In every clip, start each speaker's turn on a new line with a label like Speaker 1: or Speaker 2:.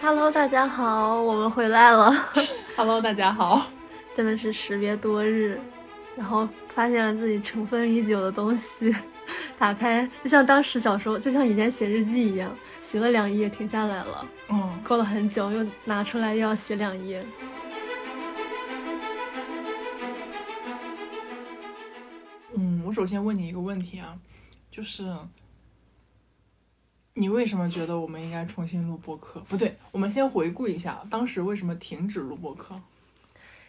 Speaker 1: Hello，大家好，我们回来了。
Speaker 2: Hello，大家好。
Speaker 1: 真的是识别多日，然后发现了自己尘封已久的东西， 打开就像当时小时候，就像以前写日记一样，写了两页停下来了，
Speaker 2: 嗯，
Speaker 1: 过了很久又拿出来又要写两页。
Speaker 2: 嗯，我首先问你一个问题啊，就是你为什么觉得我们应该重新录播客？不对，我们先回顾一下当时为什么停止录播客。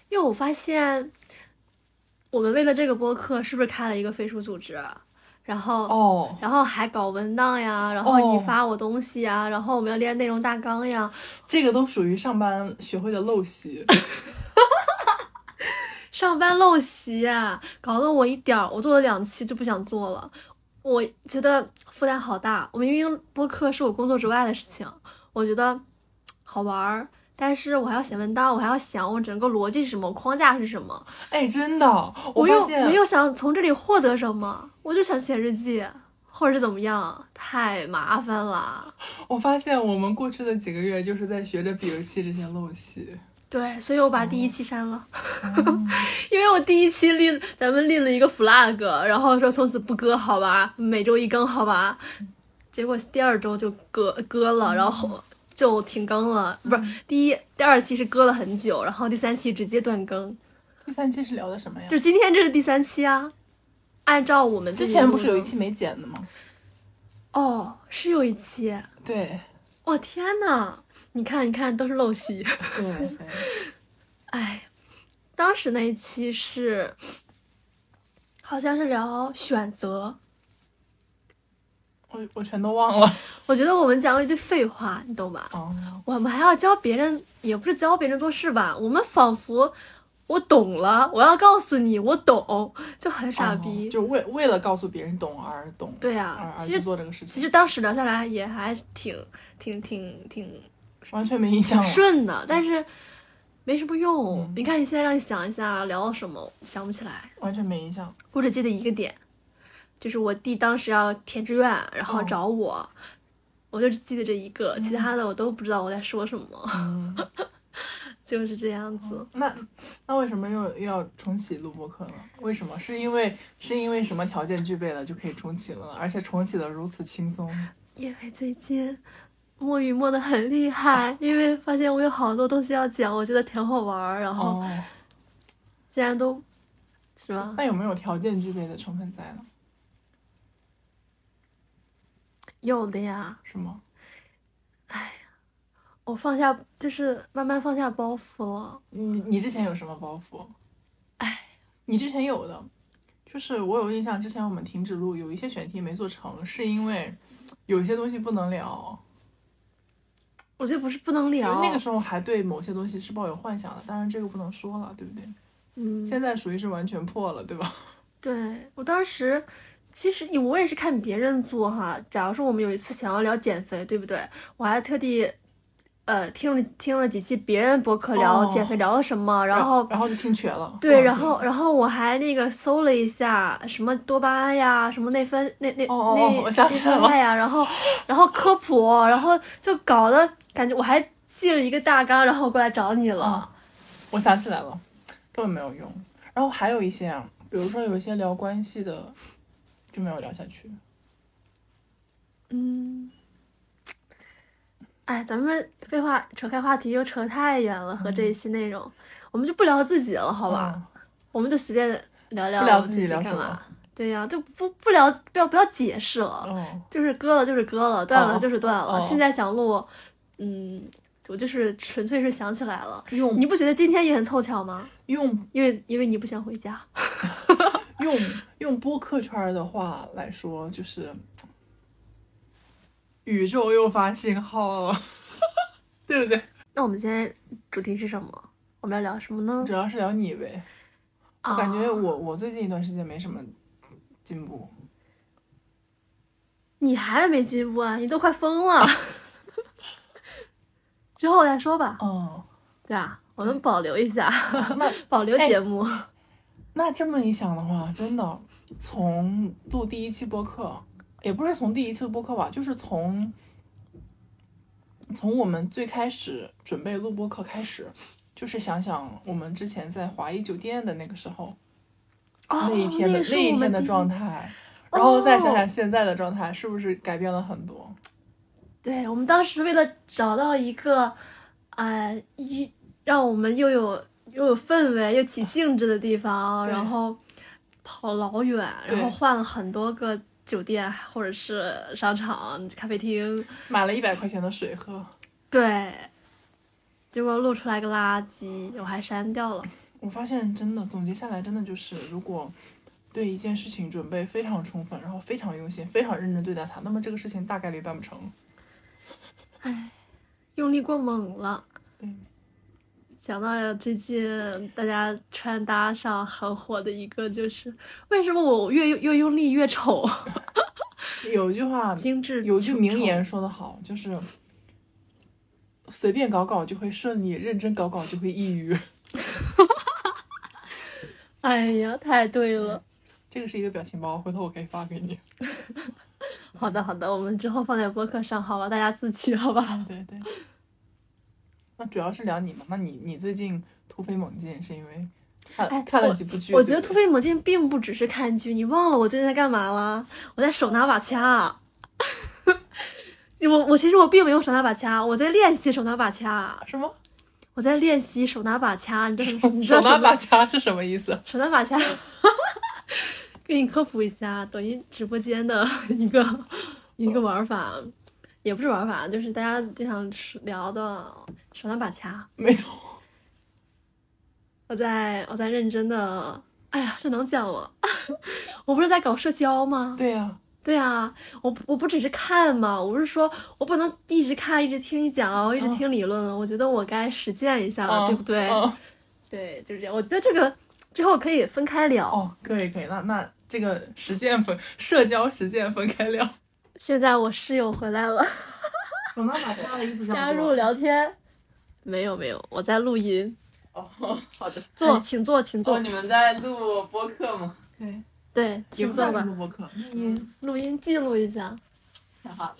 Speaker 1: 因为我发现，我们为了这个播客是不是开了一个飞书组织啊、然后
Speaker 2: 哦，
Speaker 1: 然后还搞文档呀，然后你
Speaker 2: 哦
Speaker 1: 发我东西呀，然后我们要列内容大纲呀，
Speaker 2: 这个都属于上班学会的陋 习。
Speaker 1: 上班陋习呀，搞得我一点儿，我做了两期就不想做了，我觉得负担好大。我明明播客是我工作之外的事情，我觉得嘖好玩儿，但是我还要写文档，我还要想我整个逻辑是什么，框架是什么，
Speaker 2: 哎，真的，我
Speaker 1: 我
Speaker 2: 发
Speaker 1: 又
Speaker 2: 现
Speaker 1: 没有想从这里获得什么，我就想写日记。或者是怎么样？太麻烦了。
Speaker 2: 我发现我们过去的几个月就是在学着摒弃这些陋习。
Speaker 1: 对，所以我把第
Speaker 2: 哦
Speaker 1: 一期删了， 因为我第一期立咱们立了一个 flag，然后说从此不割，好吧，每周一更，好吧。结果第二周就割割了，然后就停更了，不是
Speaker 2: 嗯
Speaker 1: 第一第二期是割了很久，然后第三期直接断更，
Speaker 2: 第三期是聊的什么呀？
Speaker 1: 就是今天这是第三期啊。按照我们
Speaker 2: 之
Speaker 1: 自己
Speaker 2: 前
Speaker 1: 录
Speaker 2: 不是有
Speaker 1: 的
Speaker 2: 一期没剪的吗？
Speaker 1: 哦，是有一期，
Speaker 2: 对
Speaker 1: 我、天呐，你看你看都是陋习。
Speaker 2: 对对，
Speaker 1: 哎，当时那一期是，好像是聊选择。
Speaker 2: 我我全都忘了。
Speaker 1: 我觉得我们讲了一堆废话，你懂吧？
Speaker 2: 哦，
Speaker 1: 我们还要教别人，也不是教别人做事吧？我们仿佛我懂了，我要告诉你我懂，就很傻逼。
Speaker 2: 哦就为为了告诉别人懂而懂，
Speaker 1: 对
Speaker 2: 而
Speaker 1: 啊，
Speaker 2: 而
Speaker 1: 其
Speaker 2: 去
Speaker 1: 实
Speaker 2: 做这个事情，
Speaker 1: 其实当时聊下来也还挺挺挺挺
Speaker 2: 完全没印象了。
Speaker 1: 顺的，但是没什么用。
Speaker 2: 嗯
Speaker 1: 你看，你现在让你想一下聊了什么，想不起来。
Speaker 2: 完全没 印象。
Speaker 1: 我只记得一个点，就是我弟当时要填志愿，然后
Speaker 2: 哦
Speaker 1: 找我，我就只记得这一个，其他的我都不知道我在说什么，
Speaker 2: 嗯，
Speaker 1: 就是这样子。
Speaker 2: 那那为什么又又要重启录播课呢？为什么？是因为是因为什么条件具备了就可以重启了呢？而且重启的如此轻松。
Speaker 1: 因为最近摸鱼摸得很厉害，因为发现我有好多东西要讲，我觉得挺好玩儿，然后
Speaker 2: 哦，
Speaker 1: 竟然都，是吧？
Speaker 2: 那有没有条件具备的成分在呢？
Speaker 1: 有的呀，
Speaker 2: 是吗？
Speaker 1: 我放下就是慢慢放下包袱了。
Speaker 2: 你你之前有什么包袱？哎，你之前有的，就是我有印象，之前我们停止录有一些选题没做成，是因为有些东西不能聊。
Speaker 1: 我觉得不是不能
Speaker 2: 因为
Speaker 1: 聊，
Speaker 2: 那个时候还对某些东西是抱有幻想的，当然这个不能说了，对不对？
Speaker 1: 嗯，
Speaker 2: 现在属于是完全破了，对吧？
Speaker 1: 对，我当时，其实我也是看别人做哈。假如说我们有一次想要聊减肥，对不对？我还特地，呃，听了听了几期别人博客聊
Speaker 2: 哦
Speaker 1: 减肥聊了什么，然后
Speaker 2: 然后就听瘸了。
Speaker 1: 对，
Speaker 2: 嗯
Speaker 1: 然 后然后我还那个搜了一下什么多巴胺呀，什么内分内内
Speaker 2: 哦哦
Speaker 1: 内
Speaker 2: 哦我想
Speaker 1: 内
Speaker 2: 起
Speaker 1: 啡
Speaker 2: 来了
Speaker 1: 肽呀，然 后然后科普，然后就搞得感觉我还记了一个大纲，然后过来找你
Speaker 2: 哦
Speaker 1: 了。
Speaker 2: 啊我想起来了，根本没有用。然后还有一些啊，比如说有一些聊关系的，就没有聊下去。
Speaker 1: 嗯，哎，咱们废话扯开话题又扯太远了，和这
Speaker 2: 嗯
Speaker 1: 一期内容，我们就不聊自己了，好吧？我们就随便聊聊
Speaker 2: 嗯不聊
Speaker 1: 自
Speaker 2: 自己聊
Speaker 1: 干
Speaker 2: 什
Speaker 1: 嘛
Speaker 2: 么
Speaker 1: 对呀、就不不聊，不要不要解释了，
Speaker 2: 嗯？哦，
Speaker 1: 就是割了就是割了，断了
Speaker 2: 哦
Speaker 1: 就是断了。
Speaker 2: 哦
Speaker 1: 现在想录，嗯，我就是纯粹是想起来了。
Speaker 2: 用
Speaker 1: 你不觉得今天也很凑巧吗？
Speaker 2: 用
Speaker 1: 因为因为你不想回家，
Speaker 2: 用用播客圈的话来说，就是宇宙又发信号了， 对不对？
Speaker 1: 那我们今天主题是什么？我们要聊什么呢？
Speaker 2: 主要是聊你呗。我感觉
Speaker 1: 啊
Speaker 2: 我我最近一段时间没什么进步，
Speaker 1: 你还没进步啊？你都快疯了。之后再说吧，
Speaker 2: 嗯，
Speaker 1: 对吧？我们保留一下，
Speaker 2: 啊那哎哦
Speaker 1: 保留节目。
Speaker 2: 那这么一想的话，真的从录第一期播客，也不是从第一期播客吧，就是从从我们最开始准备录播课开始，就是想想我们之前在华谊酒店的那个时候，
Speaker 1: 哦，
Speaker 2: 那一天的
Speaker 1: 个是
Speaker 2: 那
Speaker 1: 我
Speaker 2: 一
Speaker 1: 们
Speaker 2: 天的
Speaker 1: 第
Speaker 2: 状态，然后再想想
Speaker 1: 哦
Speaker 2: 现在的状态，是不是改变了很多？
Speaker 1: 对我们当时为了找到一个，啊一让我们又有又有氛围又起兴致的地方，
Speaker 2: 对
Speaker 1: 然后跑老远，
Speaker 2: 对
Speaker 1: 然后换了很多个酒店或者是商场、咖啡厅，
Speaker 2: 买了一百块钱的水喝，
Speaker 1: 对，结果录出来个垃圾，我还删掉了。
Speaker 2: 我发现真的总结下来，真的就是如果对一件事情准备非常充分，然后非常用心、非常认真对待它，那么这个事情大概率办不成。
Speaker 1: 用力过猛了。
Speaker 2: 对，
Speaker 1: 想到最近大家穿搭上很火的一个，就是为什么我越越用力越丑，
Speaker 2: 有一句话，
Speaker 1: 精致
Speaker 2: 有句名
Speaker 1: 丑
Speaker 2: 言说得好，就是随便搞搞就会顺利，认真搞搞就会抑郁。
Speaker 1: 哎呀，太对了。
Speaker 2: 这个是一个表情包，回头我可以发给你。
Speaker 1: 好的，好的，我们之后放在博客上，好吧，大家自取，好吧。
Speaker 2: 对对。那主要是聊你嘛？那你你最近突飞猛进是因为看、
Speaker 1: 哎
Speaker 2: 看了几部剧？
Speaker 1: 我觉得
Speaker 2: 对
Speaker 1: 突
Speaker 2: 不
Speaker 1: 飞猛进并不只是看剧，你忘了我最近在干嘛了？我在手拿把掐。 我我其实我并没有手拿把掐，我在练习手拿把掐，
Speaker 2: 对 什么
Speaker 1: 我在练习手拿把掐。你知道什么？你知
Speaker 2: 手
Speaker 1: 道什
Speaker 2: 拿
Speaker 1: 么
Speaker 2: 把掐是什么意思？
Speaker 1: 手拿把掐， 给你科普一下抖音直播间的 一个一个玩法，也不是玩法，就是大家经常聊的手拿把掐。
Speaker 2: 没懂。
Speaker 1: 我在我在认真的，哎呀，这能讲吗？ 我不是在搞社交吗？
Speaker 2: 对呀、
Speaker 1: 对啊，我不我不只是看嘛，我是说我不能一直看，一直听你讲哦，一直
Speaker 2: 嗯
Speaker 1: 听理论了。我觉得我该实践一下了，
Speaker 2: 嗯
Speaker 1: 对不对？
Speaker 2: 嗯
Speaker 1: 对，就是这样。我觉得这个之后可以分开聊。
Speaker 2: 哦，可以可以，那那这个实践分社交实践分开聊。
Speaker 1: 现在我室友回来了。
Speaker 2: 手拿把掐的意思
Speaker 1: 加入聊天。没有没有，我在录音。
Speaker 3: 哦，好的。
Speaker 1: 坐，哎请坐，请坐
Speaker 3: 哦，。你们在录播客吗？
Speaker 2: 对，
Speaker 1: 对，
Speaker 2: 也
Speaker 1: 请
Speaker 2: 不
Speaker 1: 坐
Speaker 2: 算是
Speaker 1: 吧。
Speaker 2: 录播课，
Speaker 3: 嗯，
Speaker 1: 录音记录一下。
Speaker 3: 太好了。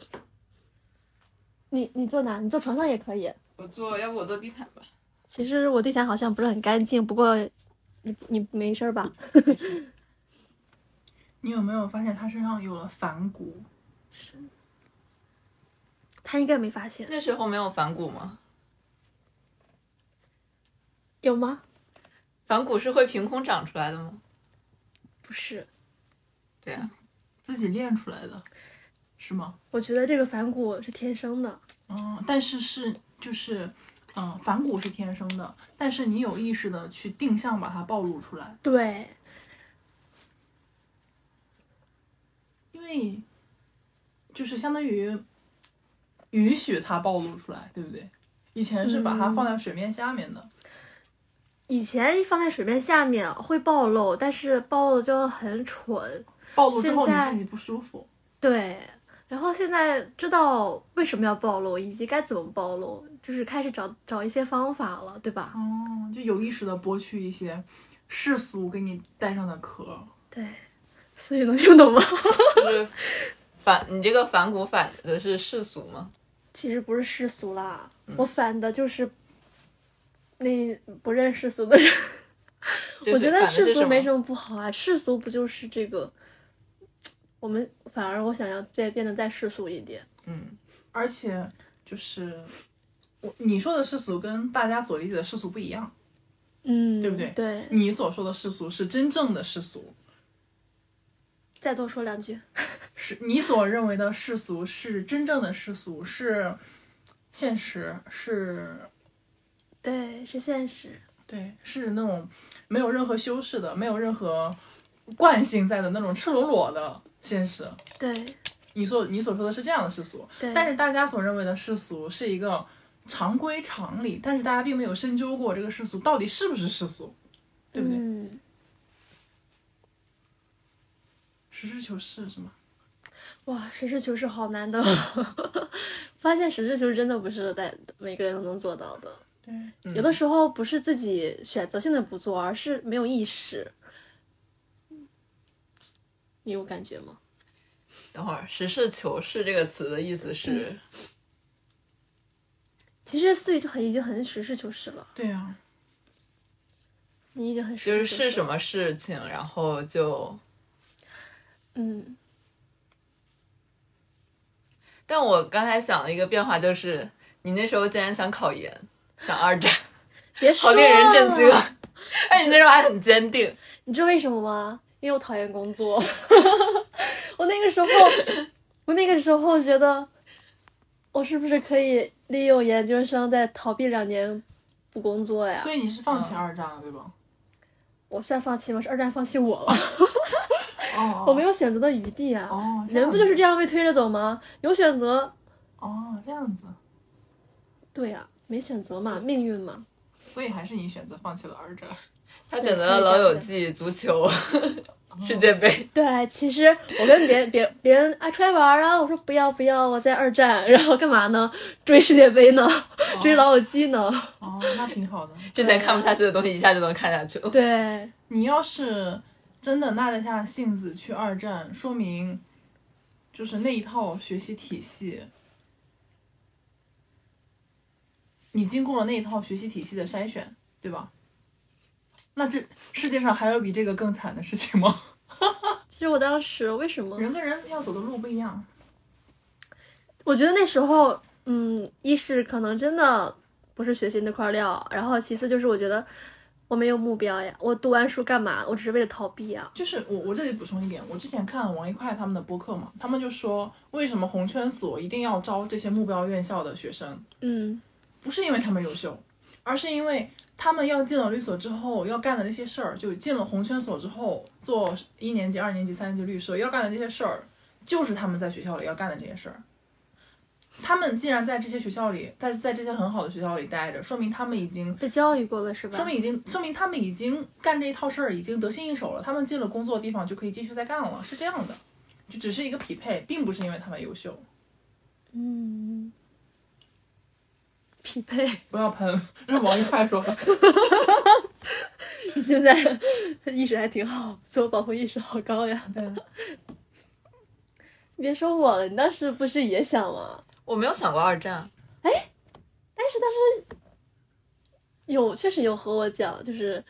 Speaker 1: 你你坐哪？你坐床上也可以。
Speaker 3: 我坐，要不我坐地毯吧。
Speaker 1: 其实我地毯好像不是很干净，不过你你没事儿吧？
Speaker 2: 你有没有发现他身上有了反骨？
Speaker 1: 他应该没发现，
Speaker 3: 那时候没有反骨吗？
Speaker 1: 有吗？
Speaker 3: 反骨是会凭空长出来的吗？
Speaker 1: 不是，
Speaker 3: 对啊，
Speaker 2: 自己练出来的，是吗？
Speaker 1: 我觉得这个反骨是天生的。
Speaker 2: 嗯，但是是就是，嗯，反骨是天生的，但是你有意识的去定向把它暴露出来，
Speaker 1: 对，
Speaker 2: 因为就是相当于允许它暴露出来，对不对？以前是把它
Speaker 1: 嗯
Speaker 2: 放在水面下面的，
Speaker 1: 以前放在水面下面会暴露，但是暴露就很蠢。
Speaker 2: 暴露之后你
Speaker 1: 现在
Speaker 2: 自己不舒服。
Speaker 1: 对，然后现在知道为什么要暴露，以及该怎么暴露，就是开始找找一些方法了，对吧？
Speaker 2: 哦，就有意识的剥去一些世俗给你带上的壳。
Speaker 1: 对，所以能听懂吗？
Speaker 3: 就是反你这个反骨反的是世俗吗？
Speaker 1: 其实不是世俗啦，我反的就是那不认世俗的人。
Speaker 3: 就是
Speaker 1: 我觉得
Speaker 3: 反的是
Speaker 1: 世俗没
Speaker 3: 么。
Speaker 1: 什么不好啊，世俗不就是这个？我们反而我想要再变得再世俗一点。
Speaker 3: 嗯，
Speaker 2: 而且就是我你说的世俗跟大家所理解的世俗不一样，
Speaker 1: 嗯，
Speaker 2: 对不对
Speaker 1: 对，
Speaker 2: 你所说的世俗是真正的世俗，
Speaker 1: 再多说两句。
Speaker 2: 是你所认为的世俗是真正的世俗是现实是。
Speaker 1: 对，是现实。
Speaker 2: 对，是那种没有任何修饰的、没有任何惯性在的那种赤裸裸的现实。
Speaker 1: 对
Speaker 2: 你所你所说的是这样的世俗，
Speaker 1: 对，
Speaker 2: 但是大家所认为的世俗是一个常规常理，但是大家并没有深究过这个世俗到底是不是世俗，对不对？
Speaker 1: 嗯
Speaker 2: 实事求是是吗？
Speaker 1: 哇，实事求是好难的， 发现实事求是真的不是在每个人都能做到的。
Speaker 2: 对，
Speaker 1: 有
Speaker 3: 嗯
Speaker 1: 的时候不是自己选择性的不做，而是没有意识。你有感觉吗？嗯
Speaker 3: 等会儿“实事求是”这个词的意思是
Speaker 1: 其实思雨就很已经很实事求是了，
Speaker 2: 对啊，
Speaker 1: 你已经很实
Speaker 3: 就
Speaker 1: 事
Speaker 3: 是
Speaker 1: 求
Speaker 3: 是
Speaker 1: 了
Speaker 3: 什么事情，然后就，
Speaker 1: 嗯，
Speaker 3: 但我刚才想了一个变化，就是你那时候竟然想考研，想 二战，
Speaker 1: 别说
Speaker 3: 好令人震惊
Speaker 1: 了。
Speaker 3: 啊！而且你那时候还很坚定，
Speaker 1: 你知道为什么吗？因为我讨厌工作。 我那个时候，我那个时候觉得，我是不是可以利用研究生再逃避两年不工作呀？
Speaker 2: 所以你是放弃
Speaker 1: 嗯
Speaker 2: 二战了，对吧？
Speaker 1: 我算放弃吗？是二战放弃我了，
Speaker 2: 哦，
Speaker 1: 我没
Speaker 2: 有
Speaker 1: 有选择的余地啊。
Speaker 2: 哦，这
Speaker 1: 人
Speaker 2: 样
Speaker 1: 不就是
Speaker 2: 子
Speaker 1: 这样被推着走吗？有选择，
Speaker 2: 哦这样子，
Speaker 1: 对呀、没选择嘛，命运嘛。
Speaker 2: 所以还是你选择放弃了二战。
Speaker 3: 他选择了老友
Speaker 1: 嗯
Speaker 3: 记、足球、 世界杯，
Speaker 1: 对，其实我跟别人、别别人啊出来玩啊，我说不要不要，我在二战，然后干嘛呢？追世界杯呢，追老友记呢。
Speaker 2: 哦，那挺好的。
Speaker 3: 之前看不下去的东西一下就能看下去了。
Speaker 1: 对，
Speaker 2: 你要是真的耐得下性子去二战，说明就是那一套学习体系，你经过了那一套学习体系的筛选，对吧？那这世界上还有比这个更惨的事情吗？
Speaker 1: 其实我当时为什么？
Speaker 2: 人跟人要走的路不一样，
Speaker 1: 我觉得那时候，嗯，一是可能真的不是学习那块料，然后其次就是我觉得我没有目标呀，我读完书干嘛？我只是为了逃避啊。
Speaker 2: 就是我我这里补充一点，我之前看王一快他们的播客嘛，他们就说为什么红圈所一定要招这些目标院校的学生，
Speaker 1: 嗯，
Speaker 2: 不是因为他们优秀，而是因为他们要进了律所之后要干的那些事儿，就进了红圈所之后做一年级、二年级、三年级律师要干的那些事儿，就是他们在学校里要干的这些事儿。他们既然在这些学校里，在在这些很好的学校里待着，说明他们已经
Speaker 1: 被教育过了是
Speaker 2: 说
Speaker 1: 吧？
Speaker 2: 明已经说明他们已经干这一套事儿已经得心应手了，他们进了工作的地方就可以继续再干了，是这样的，就只是一个匹配，并不是因为他们优秀。
Speaker 1: 嗯，匹配。
Speaker 2: 不要喷，让王一快说吧。
Speaker 1: 你现在 意识还挺好，自我保护意识好高呀。
Speaker 2: 对，
Speaker 1: 别说我了，你当时不是也想吗？
Speaker 3: 我没有想过二战，
Speaker 1: 但是当时有确实有和我讲，就是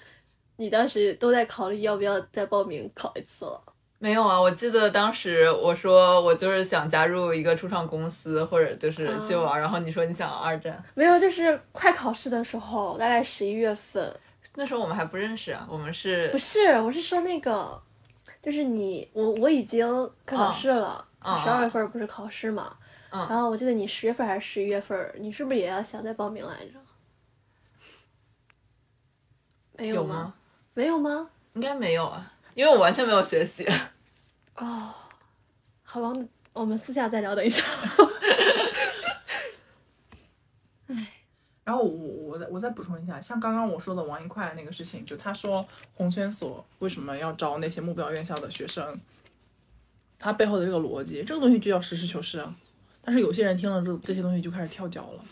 Speaker 1: 你当时都在考虑要不要再报名考一次了。
Speaker 3: 没有啊。我记得当时我说我就是想加入一个初创公司或者就是去玩，然后你说你想二战，
Speaker 1: 没有，就是快考试的时候，大概十一月份。
Speaker 3: 那时候我们还不认识啊，我们是
Speaker 1: 不是，我是说那个，就是你，我我已经快考试了，
Speaker 3: 嗯
Speaker 1: 十二、月份不是考试嘛？
Speaker 3: 嗯
Speaker 1: 然后我记得你十月份还是十一月份，你是不是也要想再报名来着？没
Speaker 3: 有
Speaker 1: 吗
Speaker 3: 吗？？
Speaker 1: 没有吗？
Speaker 3: 应该没有啊，因为我完全没有学习。
Speaker 1: 哦，好吧，我们私下再聊，等一下。
Speaker 2: 然后我我再我再补充一下，像刚刚我说的王一快那个事情，就他说红圈所为什么要招那些目标院校的学生，他背后的这个逻辑，这个东西就叫实事求是啊。但是有些人听了这这些东西就开始跳脚了，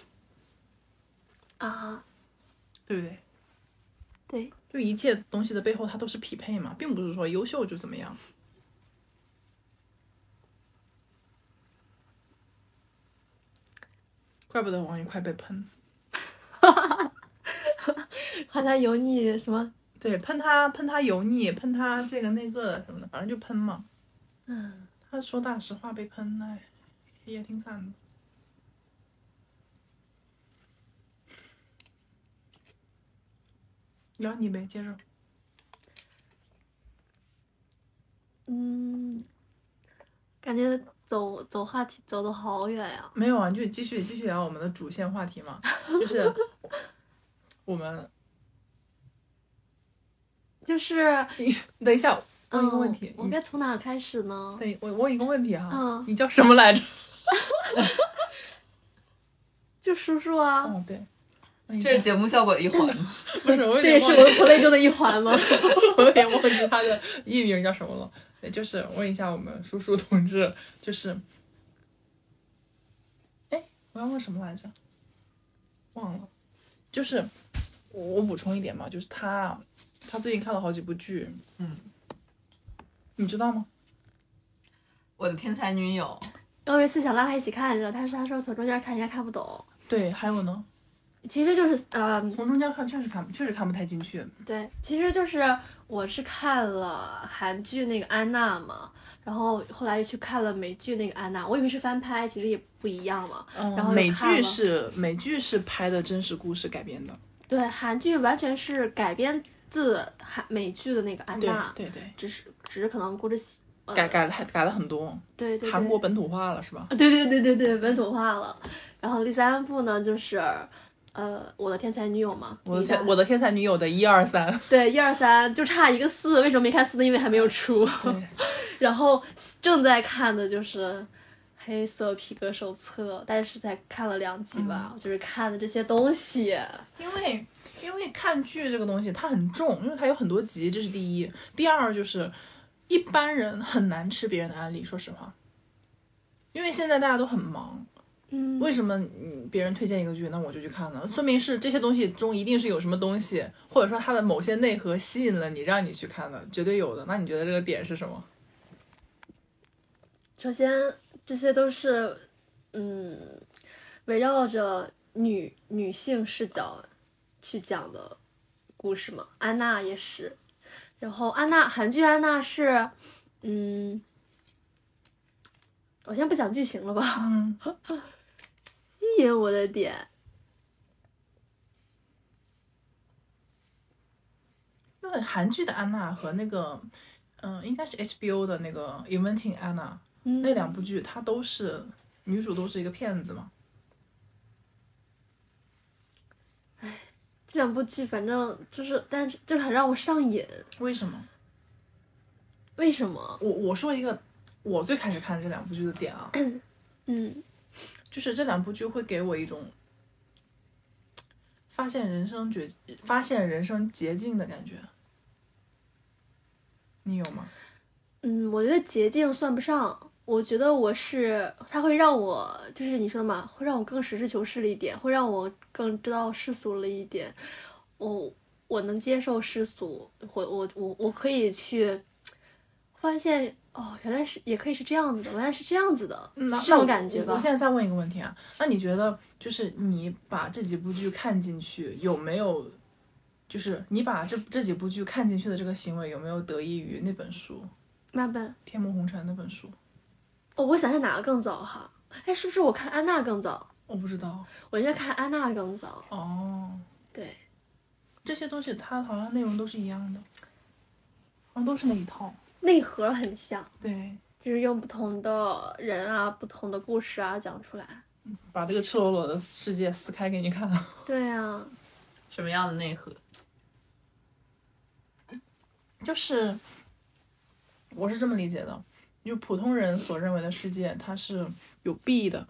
Speaker 1: 啊，
Speaker 2: 对不对？
Speaker 1: 对，
Speaker 2: 就一切东西的背后，它都是匹配嘛，并不是说优秀就怎么样。怪不得王一快被喷，
Speaker 1: 看他油腻什么？
Speaker 2: 对，喷他喷他油腻，喷他这个那个的什么的，反正就喷嘛。
Speaker 1: 嗯，
Speaker 2: 他说大实话被喷，哎，也挺惨的。聊你呗，接着。
Speaker 1: 嗯，感觉走走话题走的好远呀、
Speaker 2: 没有啊，就继续继续聊我们的主线话题 嘛，就是我们
Speaker 1: 就是，
Speaker 2: 等一下，我有
Speaker 1: 嗯，
Speaker 2: 一个问题，
Speaker 1: 我
Speaker 2: 你
Speaker 1: 该从哪开始呢？
Speaker 2: 等一我问一个问题哈，
Speaker 1: 嗯
Speaker 2: 你叫什么来着？
Speaker 1: 就叔叔啊，
Speaker 2: 哦，对，等一下
Speaker 3: 这是节目效果的一 环吗？
Speaker 2: 不是我
Speaker 1: 这
Speaker 2: 有点
Speaker 1: 也是
Speaker 2: 忘
Speaker 1: 我们
Speaker 2: 记，
Speaker 1: play 中的一环吗？
Speaker 2: 我有点忘记 他的艺名叫什么了。对，就是问一下我们叔叔同志，就是，哎，我要问什么来着？忘了，就是我我补充一点嘛，就是他他最近看了好几部剧，
Speaker 3: 嗯，
Speaker 2: 你知道吗？
Speaker 3: 我的天才女友，
Speaker 1: 我有一次想拉他一起看着，但是他说从中间看人家看不懂。
Speaker 2: 对，还有呢，
Speaker 1: 其实就是呃，
Speaker 2: 从中间看确实看确实看不太进去。
Speaker 1: 对，其实就是我是看了韩剧那个安娜嘛，然后后来又去看了美剧那个安娜，我以为是翻拍，其实也不一样嘛。
Speaker 2: 嗯，
Speaker 1: 然后又
Speaker 2: 美
Speaker 1: 看
Speaker 2: 剧
Speaker 1: 了
Speaker 2: 是美剧是拍的真实故事改编的，
Speaker 1: 对，韩剧完全是改编自韩美剧的那个安
Speaker 2: 对
Speaker 1: 娜，
Speaker 2: 对对，
Speaker 1: 只是只是可能顾着戏呃
Speaker 2: 改改了还改了很多，
Speaker 1: 对对对
Speaker 2: 韩国本土化了是吧？
Speaker 1: 啊， 对对对对对，本土化了。然后第三部呢，就是呃，我的天才女友嘛，
Speaker 2: 我的
Speaker 1: 一代
Speaker 2: 天，我的天才女友的一二三，
Speaker 1: 对一二三就差一个四，为什么没看四呢？因为还没有出。
Speaker 2: 对，
Speaker 1: 然后正在看的就是《黑色皮革手册》，但是才看了两集吧，
Speaker 2: 嗯
Speaker 1: 就是看的这些东西。
Speaker 2: 因为因为看剧这个东西它很重，因为它有很多集，这是第一。第二就是一般人很难吃别人的案例，说实话，因为现在大家都很忙。
Speaker 1: 嗯，
Speaker 2: 为什么嗯别人推荐一个剧，那我就去看呢？说明是这些东西中一定是有什么东西，或者说它的某些内核吸引了你，让你去看的，绝对有的。那你觉得这个点是什么？
Speaker 1: 首先这些都是嗯，围绕着女女性视角去讲的故事嘛。安娜也是，然后安娜韩剧安娜是嗯。我先不讲剧情了吧，
Speaker 2: 嗯，
Speaker 1: 吸引我的点
Speaker 2: 因为韩剧的安娜和那个，嗯、应该是 HBO 的那个《Inventing Anna》
Speaker 1: 嗯
Speaker 2: 那两部剧，它都是女主都是一个骗子嘛。
Speaker 1: 这两部剧反正就是，但是就是很让我上瘾。
Speaker 2: 为什么？
Speaker 1: 为什么？
Speaker 2: 我我说一个我最开始看这两部剧的点啊，
Speaker 1: 嗯
Speaker 2: 就是这两部剧会给我一种发现人生绝发现人生捷径的感觉。你有吗？
Speaker 1: 嗯，我觉得捷径算不上，我觉得我是它会让我就是你说的嘛，会让我更实事求是了一点，会让我更知道世俗了一点。我我能接受世俗，我我我我可以去发现哦，原来是也可以是这样子的，原来是这样子的，
Speaker 2: 嗯那
Speaker 1: 是这种感觉
Speaker 2: 那我
Speaker 1: 吧
Speaker 2: 我。现在再问一个问题啊，那你觉得就是你把这几部剧看进去，有没有就是你把这这几部剧看进去的这个行为，有没有得益于那本书《
Speaker 1: 慢慢
Speaker 2: 天幕红尘》那本书？
Speaker 1: 哦，我想想哪个更早哈？哎，是不是我看安娜更早？
Speaker 2: 我不知道
Speaker 1: 我应该看安娜更早。
Speaker 2: 哦，
Speaker 1: 对，
Speaker 2: 这些东西它好像内容都是一样的，好哦像都是那一套。
Speaker 1: 内核很像，
Speaker 2: 对，
Speaker 1: 就是用不同的人啊、不同的故事啊讲出来。
Speaker 2: 把这个赤裸裸的世界撕开给你看。
Speaker 1: 对啊，
Speaker 3: 什么样的内核？
Speaker 2: 就是我是这么理解的，就普通人所认为的世界，它是有弊的，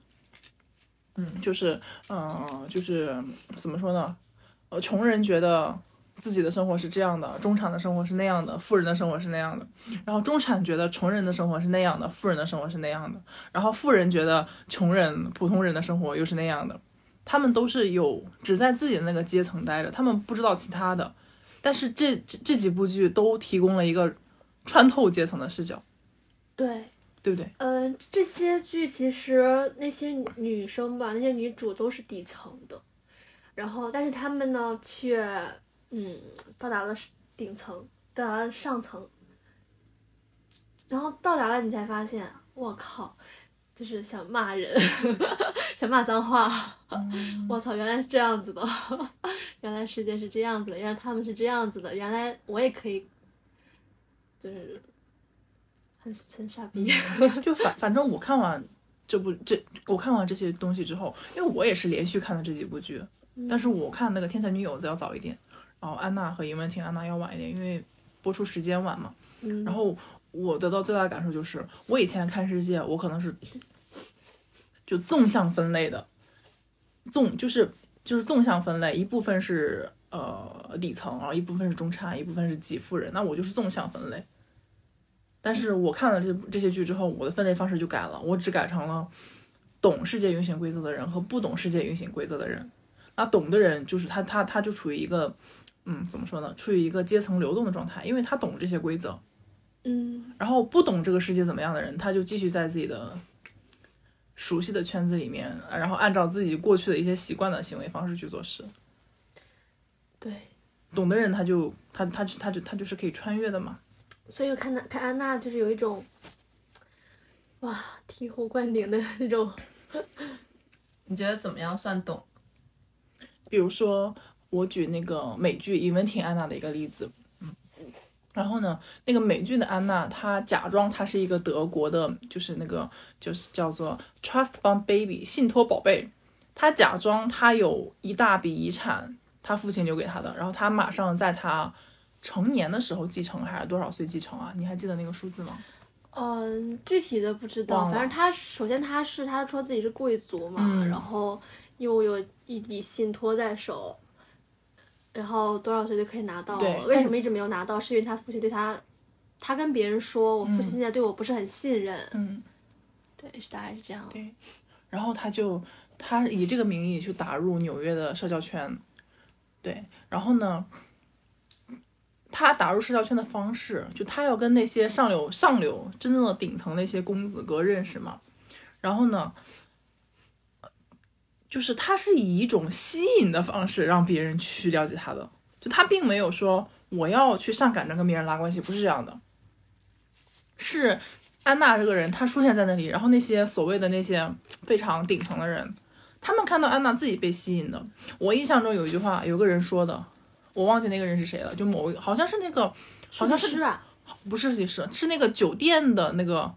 Speaker 2: 嗯，就是呃，就是怎么说呢？呃，穷人觉得自己的生活是这样的，中产的生活是那样的，富人的生活是那样的，然后中产觉得穷人的生活是那样的，富人的生活是那样的，然后富人觉得穷人、普通人的生活又是那样的。他们都是有只在自己的那个阶层待着，他们不知道其他的，但是这这这几部剧都提供了一个穿透阶层的视角，
Speaker 1: 对，
Speaker 2: 对不对？
Speaker 1: 嗯、这些剧其实那些女生吧，那些女主都是底层的，然后但是她们呢却嗯到达了顶层，到达了上层，然后到达了你才发现，我靠，就是想骂人， 想骂脏话。 我操，原来是这样子的， 原来世界是这样子的，原来他们是这样子的，原来我也可以，就是很很傻逼。
Speaker 2: 就反反正我看完这部这我看完这些东西之后，因为我也是连续看的这几部剧， 但是我看那个《天才女友》子要早一点，然后安娜和银文婷安娜要晚一点，因为播出时间晚嘛。
Speaker 1: 嗯
Speaker 2: 然后我得到最大的感受就是，我以前看世界，我可能是就纵向分类的，纵就是就是纵向分类，一部分是呃底层，然后一部分是中产，一部分是极富人，那我就是纵向分类。但是我看了这部这些剧之后，我的分类方式就改了，我只改成了懂世界运行规则的人和不懂世界运行规则的人。那懂的人就是他，他他就处于一个，嗯，怎么说呢？处于一个阶层流动的状态，因为他懂这些规则，
Speaker 1: 嗯
Speaker 2: 然后不懂这个世界怎么样的人，他就继续在自己的熟悉的圈子里面，然后按照自己过去的一些习惯的行为方式去做事。
Speaker 1: 对，
Speaker 2: 懂的人他就他他他就他就是可以穿越的嘛。
Speaker 1: 所以我看她看安娜就是有一种，哇，醍醐灌顶的那种。
Speaker 3: 你觉得怎么样算懂？
Speaker 2: 比如说，我举那个美剧《伊文廷安娜》的一个例子，嗯然后呢，那个美剧的安娜，她假装她是一个德国的，就是那个就是叫做 trust fund baby 信托宝贝，她假装她有一大笔遗产，她父亲留给她的，然后她马上在她成年的时候继承，还是多少岁继承啊？你还记得那个数字吗？
Speaker 1: 嗯，具体的不知道，
Speaker 2: 忘了
Speaker 1: 反正她首先她是她说自己是贵族嘛，
Speaker 2: 嗯
Speaker 1: 然后又有一笔信托在手，然后多少岁就可以拿到
Speaker 2: 对
Speaker 1: 了？
Speaker 2: 但
Speaker 1: 为
Speaker 2: 是
Speaker 1: 什么一直没有拿到？是因为她父亲对她，她跟别人说我父亲现在对我不是很信任，
Speaker 2: 嗯，
Speaker 1: 对，是大概是这样。
Speaker 2: 对然后他就他以这个名义去打入纽约的社交圈，对，然后呢，他打入社交圈的方式，就他要跟那些上流、上流真正的顶层那些公子哥认识嘛，然后呢，就是他是以一种吸引的方式让别人去了解他的，就他并没有说我要去上赶着跟别人拉关系，不是这样的，是安娜这个人，她出现在那里，然后那些所谓的那些非常顶层的人，他们看到安娜自己被吸引的。我印象中有一句话，有个人说的，我忘记那个人是谁了，就某一个好像是那个好像是
Speaker 1: 是啊吧？
Speaker 2: 不是设计师，是那个酒店的那个，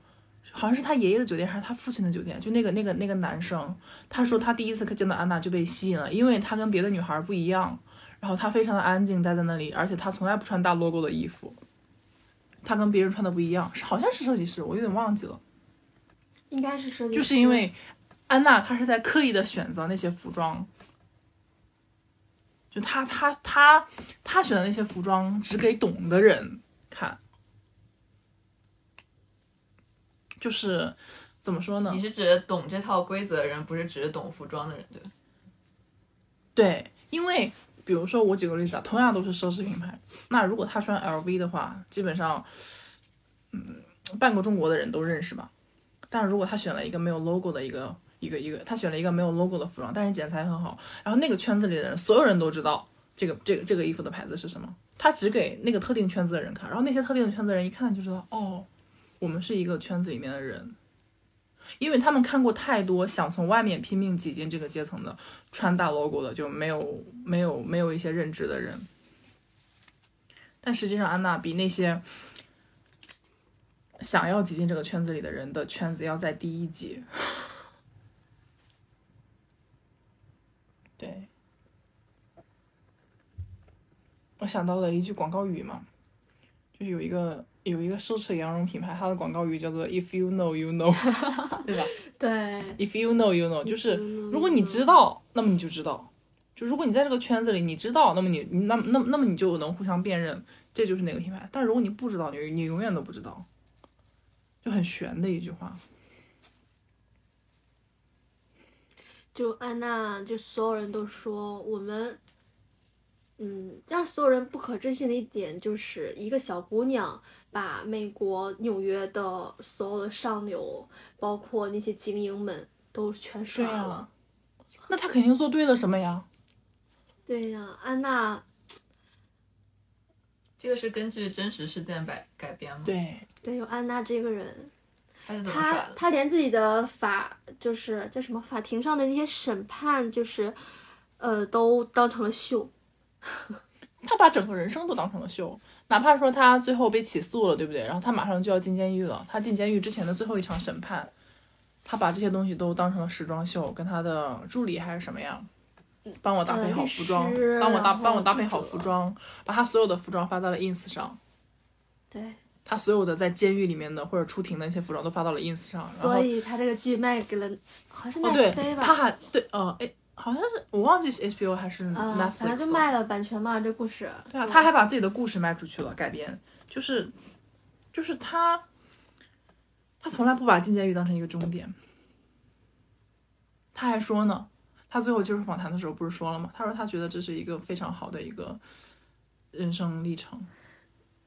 Speaker 2: 好像是他爷爷的酒店还是他父亲的酒店，就那个那个那个男生，他说他第一次见到安娜就被吸引了，因为他跟别的女孩不一样，然后他非常的安静待在那里，而且他从来不穿大 logo 的衣服，他跟别人穿的不一样，是好像是设计师，我有点忘记了，
Speaker 1: 应该是设计师，
Speaker 2: 就是因为安娜她是在刻意的选择那些服装。就她她她她选的那些服装只给懂的人看，就是怎么说呢
Speaker 3: 你？是指懂这套规则的人，不是只是懂服装的人，对吧？
Speaker 2: 对，因为比如说我举个例子啊，同样都是奢侈品牌，那如果他穿 LV 的话，基本上，嗯，半个中国的人都认识吧。但如果他选了一个没有 logo 的一个一个一个，他选了一个没有 logo 的服装，但是剪裁很好，然后那个圈子里的人，所有人都知道这个这个这个衣服的牌子是什么，他只给那个特定圈子的人看，然后那些特定的圈子的人一看就知道，哦，我们是一个圈子里面的人。因为他们看过太多想从外面拼命挤进这个阶层的，穿大 logo 的，就没有没有没有一些认知的人。但实际上，安娜比那些想要挤进这个圈子里的人的圈子要再低一级。对，我想到了一句广告语嘛，就是有一个有一个奢侈羊绒品牌，它的广告语叫做 “If you know, you know”，对 吧
Speaker 1: 对，
Speaker 2: ？If you know, you know，就是
Speaker 1: 嗯
Speaker 2: 如果你知道，那么你就知道；就如果你在这个圈子里，你知道，那么你你那么那么那么你就能互相辨认，这就是哪个品牌。但如果你不知道，你你永远都不知道，就很悬的一句话。
Speaker 1: 就安娜，就所有人都说我们，嗯，让所有人不可置信的一点就是，一个小姑娘把美国纽约的所有的上流，包括那些精英们都全甩
Speaker 2: 啊
Speaker 1: 了。
Speaker 2: 那他肯定做对了什么呀？
Speaker 1: 对呀、安娜，
Speaker 3: 这个是根据真实事件改改编吗？，
Speaker 2: 对，
Speaker 1: 对，有安娜这个人，
Speaker 3: 他是怎么
Speaker 1: 她
Speaker 3: 耍的？
Speaker 1: 她连自己的法就是叫什么法庭上的那些审判，就是，呃，都当成了秀。
Speaker 2: 他把整个人生都当成了秀，哪怕说他最后被起诉了，对不对？然后他马上就要进监狱了，他进监狱之前的最后一场审判，他把这些东西都当成了时装秀，跟他的助理还是什么呀，帮我搭配好服
Speaker 1: 嗯
Speaker 2: 装
Speaker 1: 呃律师，
Speaker 2: 帮我搭
Speaker 1: 然后
Speaker 2: 帮我搭配
Speaker 1: 记者
Speaker 2: 好服装，把他所有的服装发到了 ins 上，
Speaker 1: 对，
Speaker 2: 他所有的在监狱里面的或者出庭的那些服装都发到了 ins 上，然
Speaker 1: 所
Speaker 2: 后
Speaker 1: 以她这个剧卖给了，好像是
Speaker 2: 哦
Speaker 1: 奈
Speaker 2: 对
Speaker 1: 飞，吧？
Speaker 2: 他还对呃哎好像是我忘记是 HBO 还是
Speaker 1: 啊，
Speaker 2: 嗯 Netflix，
Speaker 1: 反正就
Speaker 2: 了
Speaker 1: 卖了版权嘛，这故事。
Speaker 2: 对啊，
Speaker 1: 就
Speaker 2: 他还把自己的故事卖出去了，改编就是就是他他从来不把进监狱当成一个终点。他还说呢，他最后就是访谈的时候不是说了吗？他说他觉得这是一个非常好的一个人生历程。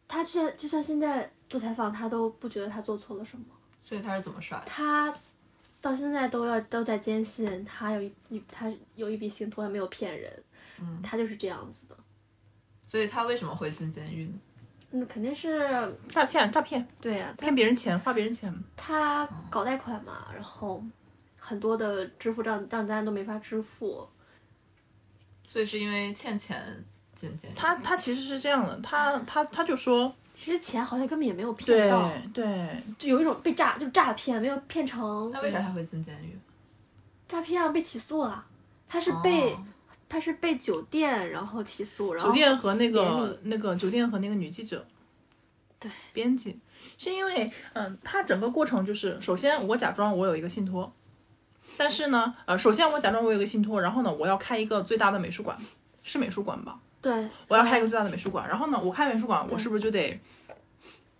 Speaker 1: 他就算就算现在做采访，他都不觉得他做错了什么。
Speaker 3: 所以他是怎么耍的？
Speaker 1: 他到现在都要都在坚信他有一一他有一笔信托，没有骗人，
Speaker 3: 嗯，
Speaker 1: 他就是这样子的。
Speaker 3: 所以他为什么会进监狱呢？
Speaker 1: 嗯，肯定是
Speaker 2: 诈骗，诈骗，
Speaker 1: 对呀、
Speaker 2: 骗别人钱，花别人钱。
Speaker 1: 他搞贷款嘛，然后很多的支付账账单都没法支付。
Speaker 3: 所以是因为欠钱进监狱。
Speaker 2: 他他其实是这样的，他他他就说，
Speaker 1: 其实钱好像根本也没有骗
Speaker 2: 对
Speaker 1: 到，
Speaker 2: 对，
Speaker 1: 就有一种被诈，就是诈骗，没有骗成
Speaker 3: 那为啥他会进监狱？
Speaker 1: 诈骗啊，被起诉啊。他是被、
Speaker 3: 哦
Speaker 1: 他是被酒店然后起诉，然
Speaker 2: 酒
Speaker 1: 后
Speaker 2: 店和那
Speaker 1: 联
Speaker 2: 个
Speaker 1: 名
Speaker 2: 那个酒店和那个女记者，
Speaker 1: 对，
Speaker 2: 编辑，是因为嗯，他整个过程就是，首先我假装我有一个信托，但是呢，呃，首先我假装我有一个信托，然后呢，我要开一个最大的美术馆，是美术馆吧？
Speaker 1: 对，
Speaker 2: 我要开一个最大的美术馆，然后呢，我开美术
Speaker 1: 嗯
Speaker 2: 馆，我是不是就得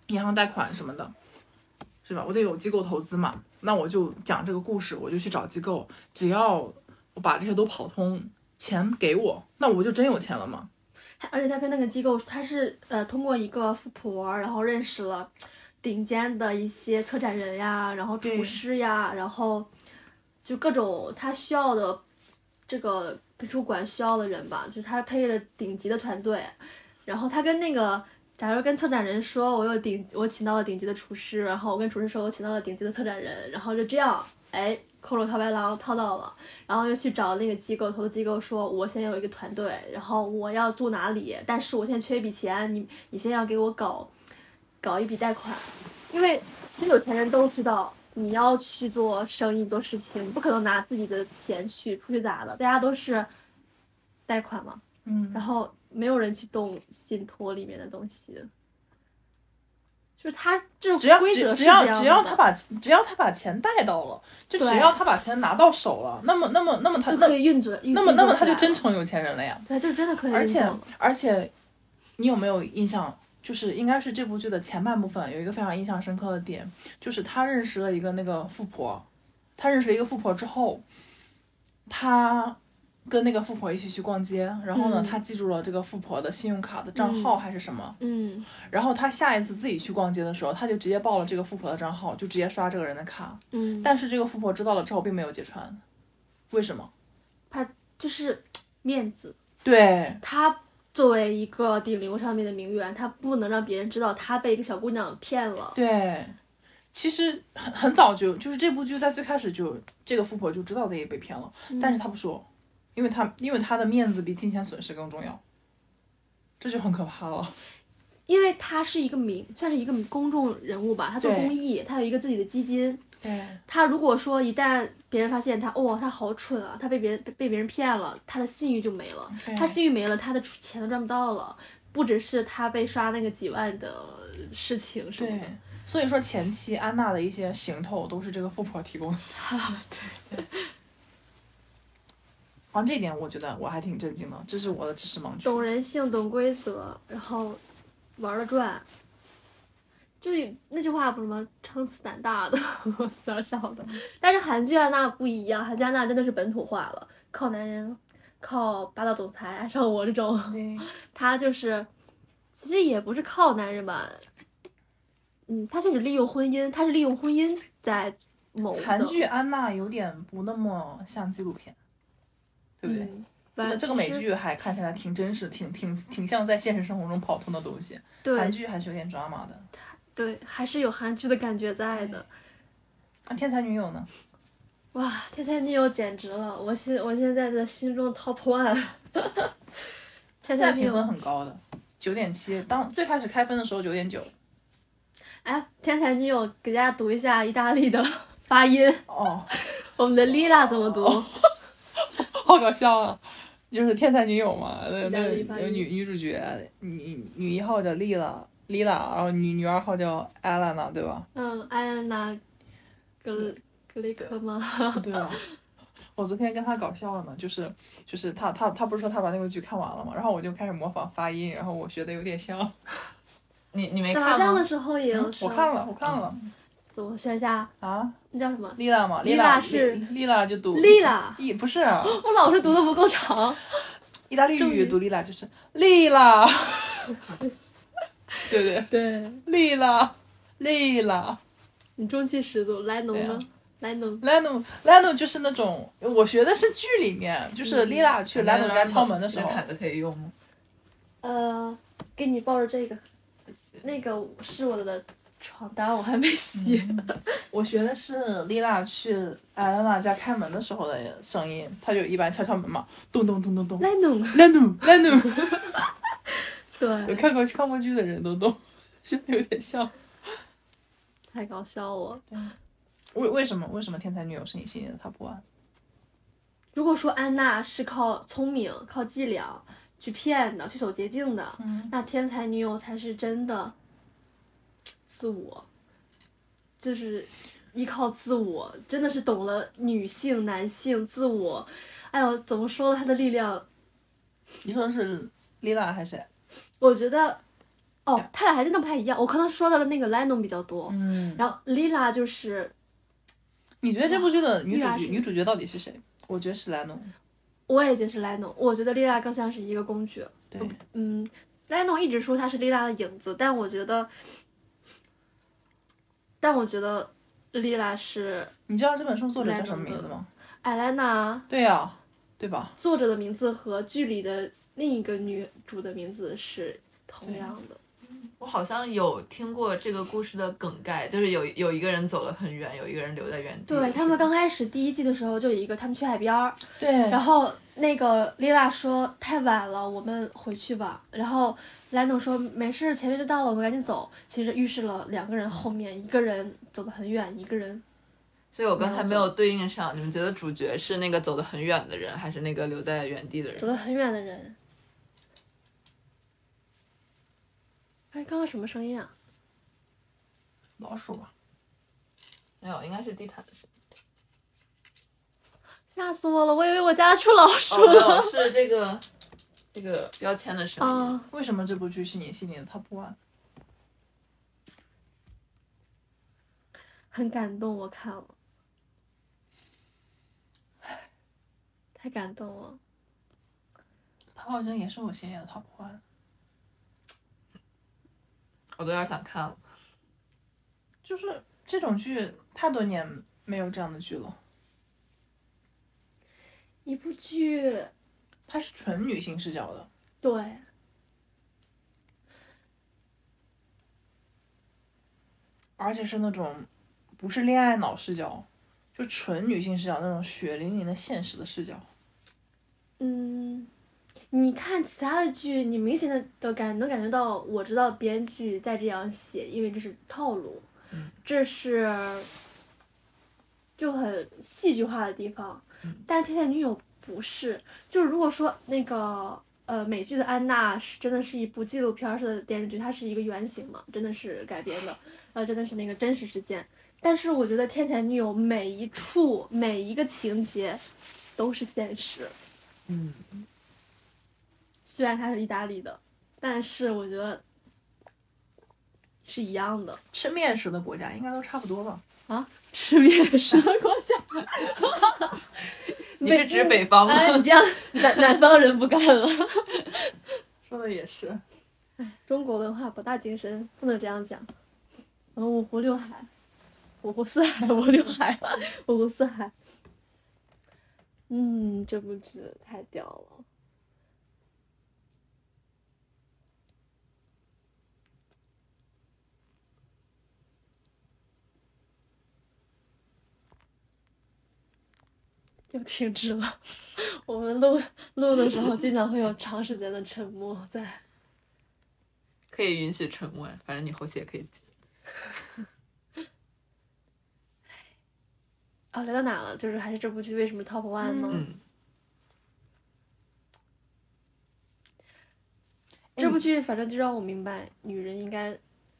Speaker 2: 银行贷款什么的，是吧？我得有机构投资嘛。那我就讲这个故事，我就去找机构，只要我把这些都跑通，钱给
Speaker 1: 嗯
Speaker 2: 我，那我就真有钱了嘛。
Speaker 1: 他而且他跟那个机构，他是呃通过一个富婆，然后认识了顶尖的一些策展人呀，然后
Speaker 2: 对
Speaker 1: 厨师呀，然后就各种他需要的这个美术馆需要的人吧，就是他配了顶级的团队，然后他跟那个。假如跟策展人说我有顶，我请到了顶级的厨师，然后我跟厨师说我请到了顶级的策展人，然后就这样，哎，扣了套白狼套到了，然后又去找那个机构，投资机构说，我现在有一个团队，然后我要住哪里，但是我现在缺一笔钱，你你先要给我搞搞一笔贷款，因为其实有钱人都知道，你要去做生意做事情，你不可能拿自己的钱去出去砸的，大家都是贷款嘛，
Speaker 2: 嗯
Speaker 1: 然后没有人去动信托里面的东西，就是他这
Speaker 2: 只要
Speaker 1: 种规则
Speaker 2: 只
Speaker 1: 是
Speaker 2: 只
Speaker 1: 这样
Speaker 2: 要
Speaker 1: 的
Speaker 2: 只要他把只要他把钱贷到了，就只
Speaker 1: 对
Speaker 2: 要他把钱拿到手了，那么那么那么他
Speaker 1: 就
Speaker 2: 那
Speaker 1: 可以运转，运
Speaker 2: 那么那么他就
Speaker 1: 运作起来
Speaker 2: 真
Speaker 1: 了
Speaker 2: 成有钱人了呀。
Speaker 1: 对，就是真的可以运
Speaker 2: 而且
Speaker 1: 作了
Speaker 2: 而且，你有没有印象？就是应该是这部剧的前半部分有一个非常印象深刻的点，就是他认识了一个那个富婆，他认识了一个富婆之后，他跟那个富婆一起去逛街，然后呢，
Speaker 1: 嗯
Speaker 2: 他记住了这个富婆的信用卡的账号
Speaker 1: 嗯
Speaker 2: 还是什么，
Speaker 1: 嗯，
Speaker 2: 然后他下一次自己去逛街的时候，他就直接报了这个富婆的账号，就直接刷这个人的卡，
Speaker 1: 嗯，
Speaker 2: 但是这个富婆知道了之后并没有揭穿，为什么？
Speaker 1: 就是面子。
Speaker 2: 对，
Speaker 1: 他作为一个顶流上面的名媛，他不能让别人知道他被一个小姑娘骗了。
Speaker 2: 对，其实很很早就就是这部剧在最开始就这个富婆就知道自己被骗了，但是她不说，因为她因为她的面子比金钱损失更重要，这就很可怕了。
Speaker 1: 因为他是一个名，算是一个公众人物吧，他做
Speaker 2: 对
Speaker 1: 公益，他有一个自己的基金。
Speaker 2: 对
Speaker 1: 他如果说一旦别人发现他，哦，他好蠢啊，他被别人被别人骗了，他的信誉就没了。他信誉没了，他的出钱都赚不到了。不只是他被刷那个几万的事情什么
Speaker 2: 对
Speaker 1: 的，，
Speaker 2: 所以说前期安娜的一些行头都是这个富婆提供 的。好哦像这一点我觉得我还挺震惊的，这是我的知识盲区。
Speaker 1: 懂人性，懂规则，然后玩了转。就是那句话不是吗？撑死胆大的， 我胆小的。
Speaker 2: 嗯
Speaker 1: 但是韩剧安娜不一样，韩剧安娜真的是本土化了，靠男人，靠霸道总裁爱上我这种，
Speaker 2: 对，
Speaker 1: 她就是其实也不是靠男人吧，嗯，她就是利用婚姻，她是利用婚姻在谋的。
Speaker 2: 韩剧啊安娜有点不那么像纪录片，对不对？
Speaker 1: 嗯，
Speaker 2: 这
Speaker 1: 反
Speaker 2: 个
Speaker 1: 正
Speaker 2: 这个美剧还看起来挺真实，挺挺挺像在现实生活中跑通的东西。
Speaker 1: 对
Speaker 2: 韩剧还是有点抓马的。
Speaker 1: 对，还是有韩剧的感觉在的。
Speaker 2: 那、天才女友呢？
Speaker 1: 哇，天才女友简直了！我现我现在的心中 top one，天
Speaker 2: 现
Speaker 1: 才
Speaker 2: 在
Speaker 1: 女
Speaker 2: 评
Speaker 1: 友，
Speaker 2: 分很高的，九点七。当最开始开分的时候九点九。
Speaker 1: 哎，天才女友，给大家读一下意大利的 发音，
Speaker 2: 哦，
Speaker 1: 我们的 Lila 怎么读？
Speaker 2: 好搞笑啊！就是天才女友嘛，那
Speaker 1: 意大
Speaker 2: 那
Speaker 1: 利发音
Speaker 2: 有女女主角，女女一号叫丽拉，丽拉，然后女女二号叫艾兰娜，对 吧？
Speaker 1: 嗯，艾安娜格
Speaker 2: 嗯
Speaker 1: 格雷克吗？
Speaker 2: 对啊。 我昨天跟他搞笑了呢，就是就是他他他不是说他把那个剧看完了嘛，然后我就开始模仿发音，然后我学的有点像。
Speaker 3: 你你没
Speaker 1: 打
Speaker 3: 看
Speaker 1: 仗的
Speaker 3: 吗？
Speaker 1: 时候也有
Speaker 2: 嗯我
Speaker 1: 说，
Speaker 2: 看了，我看了
Speaker 1: 怎么学一下？
Speaker 2: 啊，
Speaker 1: 那叫什么？
Speaker 2: 丽拉嘛，
Speaker 1: 嗯丽
Speaker 2: 拉
Speaker 1: 拉是
Speaker 2: 丽拉就读
Speaker 1: 丽拉
Speaker 2: 意不 是啊
Speaker 1: 我老是读的不够长，
Speaker 2: 意大利
Speaker 1: 终
Speaker 2: 语
Speaker 1: 于
Speaker 2: 读丽拉就是 丽拉， 对不 对？
Speaker 1: 对
Speaker 2: 丽拉，丽拉，
Speaker 1: 你中气十足。莱农
Speaker 2: 对
Speaker 1: 呢
Speaker 2: 啊？
Speaker 1: 来弄
Speaker 2: Lano Lano 就是那种，我学的是剧里面，就是
Speaker 1: 嗯
Speaker 2: Lila 去 Lano 家敲门的时
Speaker 3: 这
Speaker 2: 候，
Speaker 3: 毯子可以用吗？
Speaker 1: 呃，给你抱着这个，那个是我的床单，我还没洗。
Speaker 2: 嗯我学的是 Lila 去 Elena 家开门的时候的声音，她就一般敲敲门嘛，咚咚咚咚咚
Speaker 1: 来弄，
Speaker 2: ，Lano Lano，有
Speaker 1: 对，
Speaker 2: 看过看过剧的人都懂， 是不是有点像？
Speaker 1: 太搞笑了。
Speaker 2: 为为什么为什么天才女友是你心里的 top one？
Speaker 1: 如果说安娜是靠聪明、靠伎俩去骗的、去走捷径的，
Speaker 2: 嗯
Speaker 1: 那天才女友才是真的自我，就是依靠自我，真的是懂了女性、男性自我。哎呦，怎么说呢？她的力量，
Speaker 2: 你说是 Lila 还是？
Speaker 1: 我觉得，哦，他俩还真的不太一样。我可能说到的那个 Leno 比较多，
Speaker 2: 嗯，
Speaker 1: 然后 Lila 就是
Speaker 2: 你觉得这部剧的女主
Speaker 1: 哇
Speaker 2: 角
Speaker 1: ，Lila 是
Speaker 2: 女主角到底啊是谁？我觉得是 Lano，
Speaker 1: 我也觉得是 Leno，我觉得 Lila 更像是一个工具。
Speaker 2: 对，
Speaker 1: 嗯，Leno 一直说她是 Lila 的影子，但我觉得，但我觉得 Lila 是
Speaker 2: 你知道这本书作者叫什么名字吗？
Speaker 1: 艾莱娜
Speaker 2: 对呀、对吧？
Speaker 1: 作者的名字和剧里的另一个女主的名字是同样的。
Speaker 3: 我好像有听过这个故事的梗概，就是有有一个人走了很远，有一个人留在原地。
Speaker 1: 对他们刚开始第一季的时候，就有一个他们去海边儿，
Speaker 2: 对，
Speaker 1: 然后那个丽娜说太晚了，我们回去吧。然后莱农说没事，前面就到了，我们赶紧走。其实预示了两个人后面一个人走得很远，一个人
Speaker 3: 所以我刚才没有对应上，你们觉得主角是那个走得很远的人，还是那个留在原地的
Speaker 1: 走
Speaker 3: 人？
Speaker 1: 得很远的人。哎，刚刚什么声音啊？
Speaker 2: 老鼠吧。
Speaker 3: 没有，应该是地毯 的声音。
Speaker 1: 吓死我了！我以为我家出老鼠
Speaker 3: 哦，没
Speaker 1: 了。
Speaker 3: 有，是这个这个标签的声音。
Speaker 1: 啊，
Speaker 2: 为什么这部剧是你心里的 top one？
Speaker 1: 很感动，我看了，太感动了。
Speaker 2: 它好像也是我心里的 top one。
Speaker 3: 我都有点想看了。
Speaker 2: 就是这种剧，太多年没有这样的剧了。
Speaker 1: 一部剧
Speaker 2: 它是纯女性视角的，
Speaker 1: 对。
Speaker 2: 而且是那种不是恋爱脑视角，就纯女性视角那种血淋淋的现实的视角。
Speaker 1: 嗯，你看其他的剧，你明显的的感能感觉到，我知道编剧在这样写，因为这是套路，这是就很戏剧化的地方。但《天才女友》不是，就是如果说那个呃美剧的《安娜》是真的是一部纪录片式的电视剧，它是一个原型嘛，真的是改编的，呃，真的是那个真实事件。但是我觉得《天才女友》每一处每一个情节都是现实。
Speaker 3: 嗯，
Speaker 1: 虽然它是意大利的，但是我觉得是一样的
Speaker 2: 吃面食的国家应该都差不多吧？
Speaker 1: 啊。吃面食的国家，
Speaker 3: 你是指北方吗？
Speaker 1: 哎，你这样南南方人不干了。
Speaker 2: 说的也是。
Speaker 1: 中国文化博大精深，不能这样讲。嗯，五湖六海，五湖四海，五湖六海，五湖四海。嗯，这部剧太屌了。又停止了。 我们录录的时候，经常会有长时间的沉默在。
Speaker 3: 可以允许沉默，反正你后期也可以剪。
Speaker 1: 啊，聊到哪了？就是还是这部剧为什么 top one 吗？
Speaker 3: 嗯，
Speaker 1: 这部剧反正就让我明白，女人应该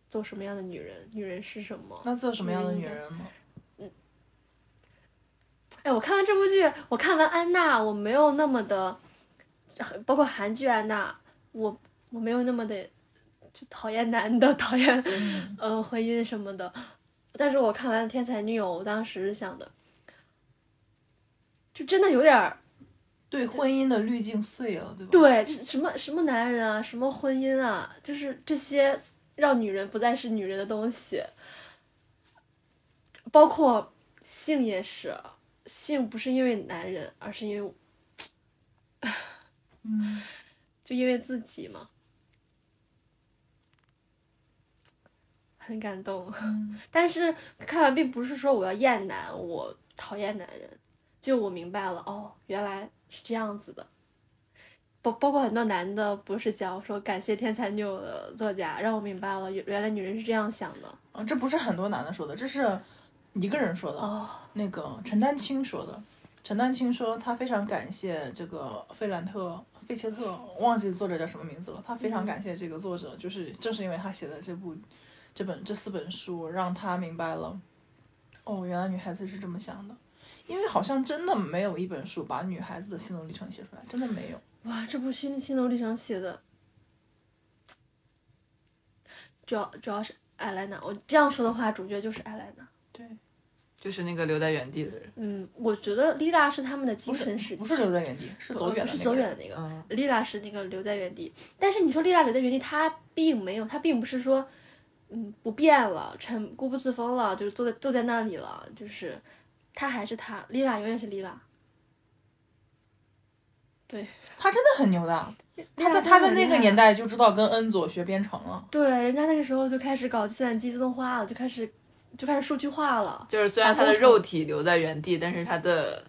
Speaker 1: 做什么样的女人，女人是什么。
Speaker 2: 那做什么样的女人呢？
Speaker 1: 哎，我看完这部剧，我看完安娜，我没有那么的，包括韩剧安娜，我我没有那么的就讨厌男的， 讨厌
Speaker 3: 嗯
Speaker 1: 呃婚姻什么的。但是我看完《天才女友》，我当时是想的，就真的有点儿
Speaker 2: 对婚姻的滤镜碎了，对吧？
Speaker 1: 对，这什么什么男人啊，什么婚姻啊，就是这些让女人不再是女人的东西，包括性也是，性不是因为男人，而是因为
Speaker 2: 嗯，
Speaker 1: 就因为自己嘛，很感动。但是看完并不是说我要厌男，我讨厌男人，就我明白了，哦，原来是这样子的。包包括很多男的不是讲说感谢天才女友的作家，让我明白了原原来女人是这样想的
Speaker 2: 啊，这不是很多男的说的，这是一个人说的。
Speaker 1: 哦，
Speaker 2: 那个陈丹青说的。陈丹青说，他非常感谢这个费兰特、费切特，忘记作者叫什么名字了。他非
Speaker 1: 嗯
Speaker 2: 常感谢这个作者，就是正是因为他写的这部、这本、这四本书，让他明白了，哦，原来女孩子是这么想的。因为好像真的没有一本书把女孩子的心路历程写出来，真的没有。
Speaker 1: 哇，这部心心路历程写的，主要主要是艾莱娜。我这样说的话，主角就是艾莱娜。
Speaker 2: 对，
Speaker 3: 就是那个留在原地的人。
Speaker 1: 嗯，我觉得莉拉是他们的精
Speaker 2: 不是
Speaker 1: 神世
Speaker 2: 不是留在原地，是走远
Speaker 1: 不呃
Speaker 2: 的
Speaker 1: 是
Speaker 2: 那
Speaker 1: 走
Speaker 2: 个
Speaker 1: 远
Speaker 2: 人。
Speaker 1: 的那个。
Speaker 3: 嗯，
Speaker 1: 莉拉是那个留在原地，但是你说莉拉留在原地，她并没有，她并不是说，嗯，不变了，沉固步自封了，就是坐在坐在那里了，就是她还是她，莉拉永远是莉拉。
Speaker 2: 他真的很牛的，他
Speaker 1: 在
Speaker 2: 在他在那个年
Speaker 1: 代。
Speaker 2: 代就知道跟恩佐学编程了。
Speaker 1: 对，人家那个时候就开始搞计算机自动化了，就开始就开始数据化了。
Speaker 3: 就是虽然他的肉体留在原地，但是他的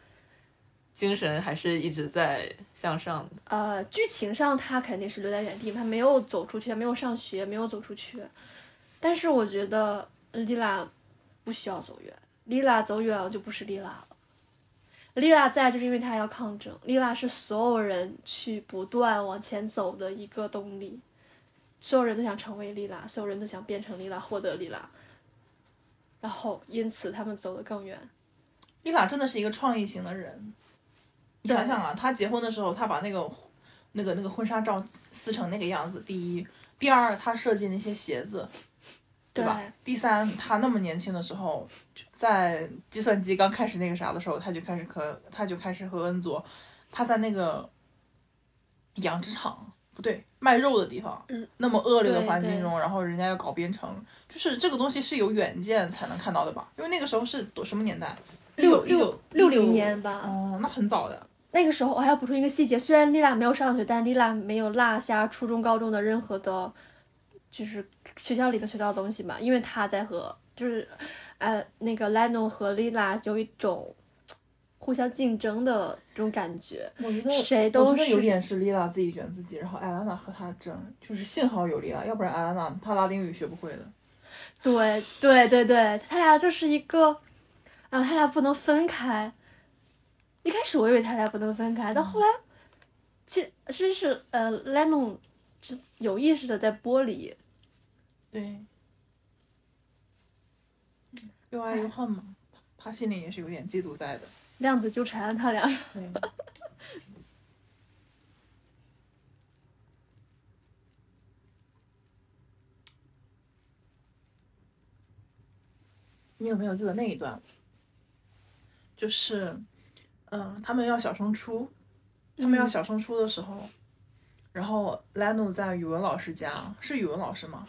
Speaker 3: 精神还是一直在向上的。
Speaker 1: 呃，剧情上他肯定是留在原地，他没有走出去，他没有上学，没有走出去。但是我觉得莉拉不需要走远，莉拉走远了就不是莉拉了。莉拉在就是因为她要抗争，莉拉是所有人去不断往前走的一个动力。所有人都想成为莉拉，所有人都想变成莉拉，获得莉拉，然后因此他们走得更远。
Speaker 2: 丽卡真的是一个创意型的人。你
Speaker 1: 对
Speaker 2: 想想啊，她结婚的时候，她把那个那个那个婚纱照撕成那个样子，第一，第二，她设计那些鞋子，对吧？第三，她那么年轻的时候，在计算机刚开始那个啥的时候，她就开始和她就开始和恩佐，她在那个养殖场不对卖肉的地方，
Speaker 1: 嗯
Speaker 2: 那么恶劣的
Speaker 1: 对
Speaker 2: 环境
Speaker 1: 对
Speaker 2: 中，然后人家要搞编程，就是这个东西是有远见才能看到的吧？因为那个时候是多什么年代？
Speaker 1: 六
Speaker 2: 一九
Speaker 1: 六六
Speaker 2: 一九
Speaker 1: 零年吧，
Speaker 2: 哦，那很早的。
Speaker 1: 那个时候我还要补充一个细节，虽然丽娜没有上学，但丽娜没有落下初中、高中的任何的，就是学校里能学到的东西嘛，因为她在和就是，呃，那个 Leno 和丽娜有一种互相竞争的这种感觉，
Speaker 2: 我觉得
Speaker 1: 谁
Speaker 2: 我
Speaker 1: 都
Speaker 2: 觉得
Speaker 1: 是
Speaker 2: 有点是莉拉自己卷自己，然后艾拉娜和她争，就是幸好有莉拉，要不然艾拉娜她拉丁语学不会的。
Speaker 1: 对对对对，他俩就是一个，啊，他俩不能分开。一开始我以为他俩不能分开，到后来，其实是呃，Lennon 是有意识的在剥离。
Speaker 2: 对，又爱又恨嘛，她心里也是有点嫉妒在的。
Speaker 1: 量子纠缠了他俩，
Speaker 2: 对， 你有没有记得那一段？就是，嗯、他们要小升初，他
Speaker 1: 嗯
Speaker 2: 们要小升初的时候，然后莱努在语文老师家，是语文老师吗？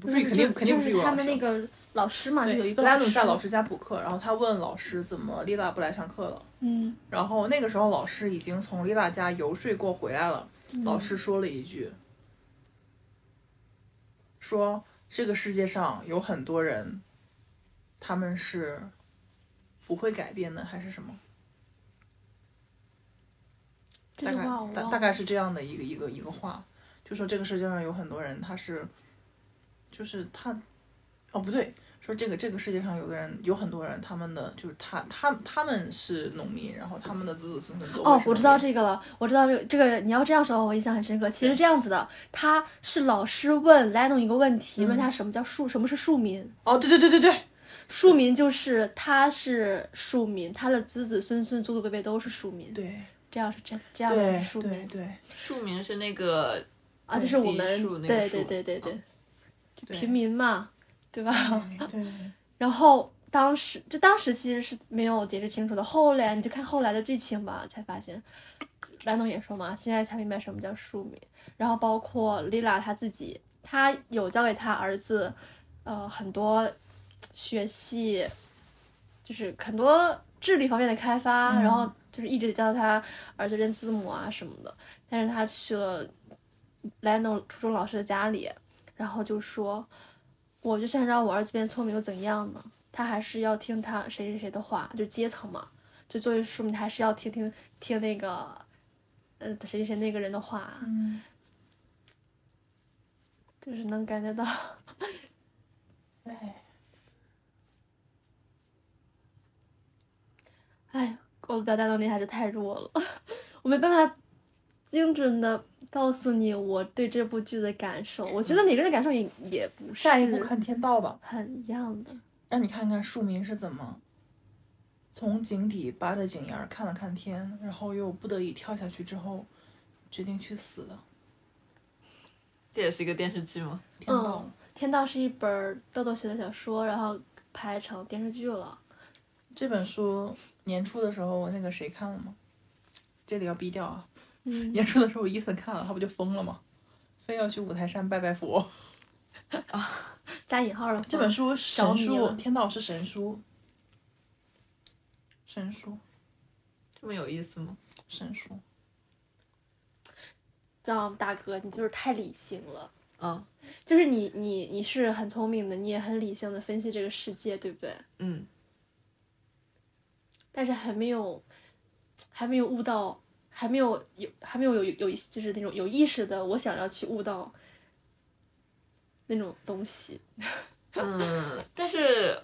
Speaker 2: 不是，肯定肯定不
Speaker 1: 就是
Speaker 2: 语文
Speaker 1: 他
Speaker 2: 老
Speaker 1: 们那
Speaker 2: 师。
Speaker 1: 个老师嘛，
Speaker 2: 对
Speaker 1: 有一个
Speaker 2: 莱努
Speaker 1: 师，
Speaker 2: 在老师家补课，然后他问老师怎么丽拉不来上课了。
Speaker 1: 嗯，
Speaker 2: 然后那个时候老师已经从丽拉家游说过回来了，
Speaker 1: 嗯
Speaker 2: 老师说了一句，说这个世界上有很多人，他们是不会改变的，还是什么？
Speaker 1: 这
Speaker 2: 大
Speaker 1: 句
Speaker 2: 概
Speaker 1: 话我
Speaker 2: 大
Speaker 1: 忘
Speaker 2: 大
Speaker 1: 了。
Speaker 2: 概是这样的一个一个一个话，就说这个世界上有很多人他是，就是他，哦不对，说这个这个世界上有的人有很多人他们的就是他他他们是农民，然后他们的子子孙孙都会
Speaker 1: 哦，
Speaker 2: 是
Speaker 1: 我知道
Speaker 2: 农民
Speaker 1: 这个了，我知道这个这个，你要这样说，我印象很深刻。其实这样子的，他是老师问 Lennon 一个问题，问他什么叫庶，什么是庶民。
Speaker 2: 哦对对对对对，
Speaker 1: 庶民就是他是庶民，他的子子孙孙、祖祖辈辈都是庶民，
Speaker 2: 对
Speaker 1: 这样是真，这样
Speaker 2: 对
Speaker 1: 是庶
Speaker 2: 对
Speaker 1: 民
Speaker 2: 对，
Speaker 3: 庶民是那个
Speaker 1: 啊，就是我
Speaker 3: 地
Speaker 1: 们
Speaker 3: 庶那个
Speaker 1: 对
Speaker 3: 庶
Speaker 1: 对对对对，就
Speaker 2: 对
Speaker 1: 平民嘛，对吧？
Speaker 2: 对对
Speaker 1: 然后当时就当时其实是没有解释清楚的，后来你就看后来的剧情吧，才发现，兰总也说嘛，现在才明白什么叫庶民。然后包括丽拉她自己，她有教给她儿子，呃，很多学习就是很多智力方面的开发，然后就是一直教他儿子认字母啊什么的。但是他去了莱农初中老师的家里，然后就说，我就算让我儿子变聪明又怎样呢？他还是要听他谁谁谁的话，就阶层嘛，就作为说明他还是要听听听那个，呃，谁谁谁那个人的话，
Speaker 2: 嗯，
Speaker 1: 就是能感觉到。
Speaker 2: 哎，
Speaker 1: 哎，我的表达能力还是太弱了， 我没办法精准的告诉你我对这部剧的感受。我觉得每个人的感受也也不是
Speaker 2: 下一步看天道吧，
Speaker 1: 很一样的。
Speaker 2: 让你看看庶民是怎么从井底扒着井沿儿看了看天，然后又不得已跳下去之后，决定去死的
Speaker 3: 这也是一个电视剧吗？
Speaker 2: 天道。
Speaker 1: 嗯《天道》是一本豆豆写的小说，然后拍成电视剧了。
Speaker 2: 这本书年初的时候，那个谁看了吗？这里要逼掉啊！
Speaker 1: 嗯，
Speaker 2: 年初的时候，伊森看了，他不就疯了吗？非要去五台山拜拜佛。
Speaker 1: 加引号了。
Speaker 2: 这本书神啊
Speaker 1: 着迷
Speaker 2: 书，
Speaker 1: 了
Speaker 2: 天道是神书，神书，
Speaker 3: 这么有意思吗？
Speaker 2: 神书。
Speaker 1: 让大哥，你就是太理性了。
Speaker 3: 嗯
Speaker 1: 就是你，你你是很聪明的，你也很理性的分析这个世界，对不对？
Speaker 3: 嗯，
Speaker 1: 但是还没有，还没有悟到，还没有有，还没有有有，就是那种有意识的，我想要去悟到那种东西。
Speaker 3: 嗯，但是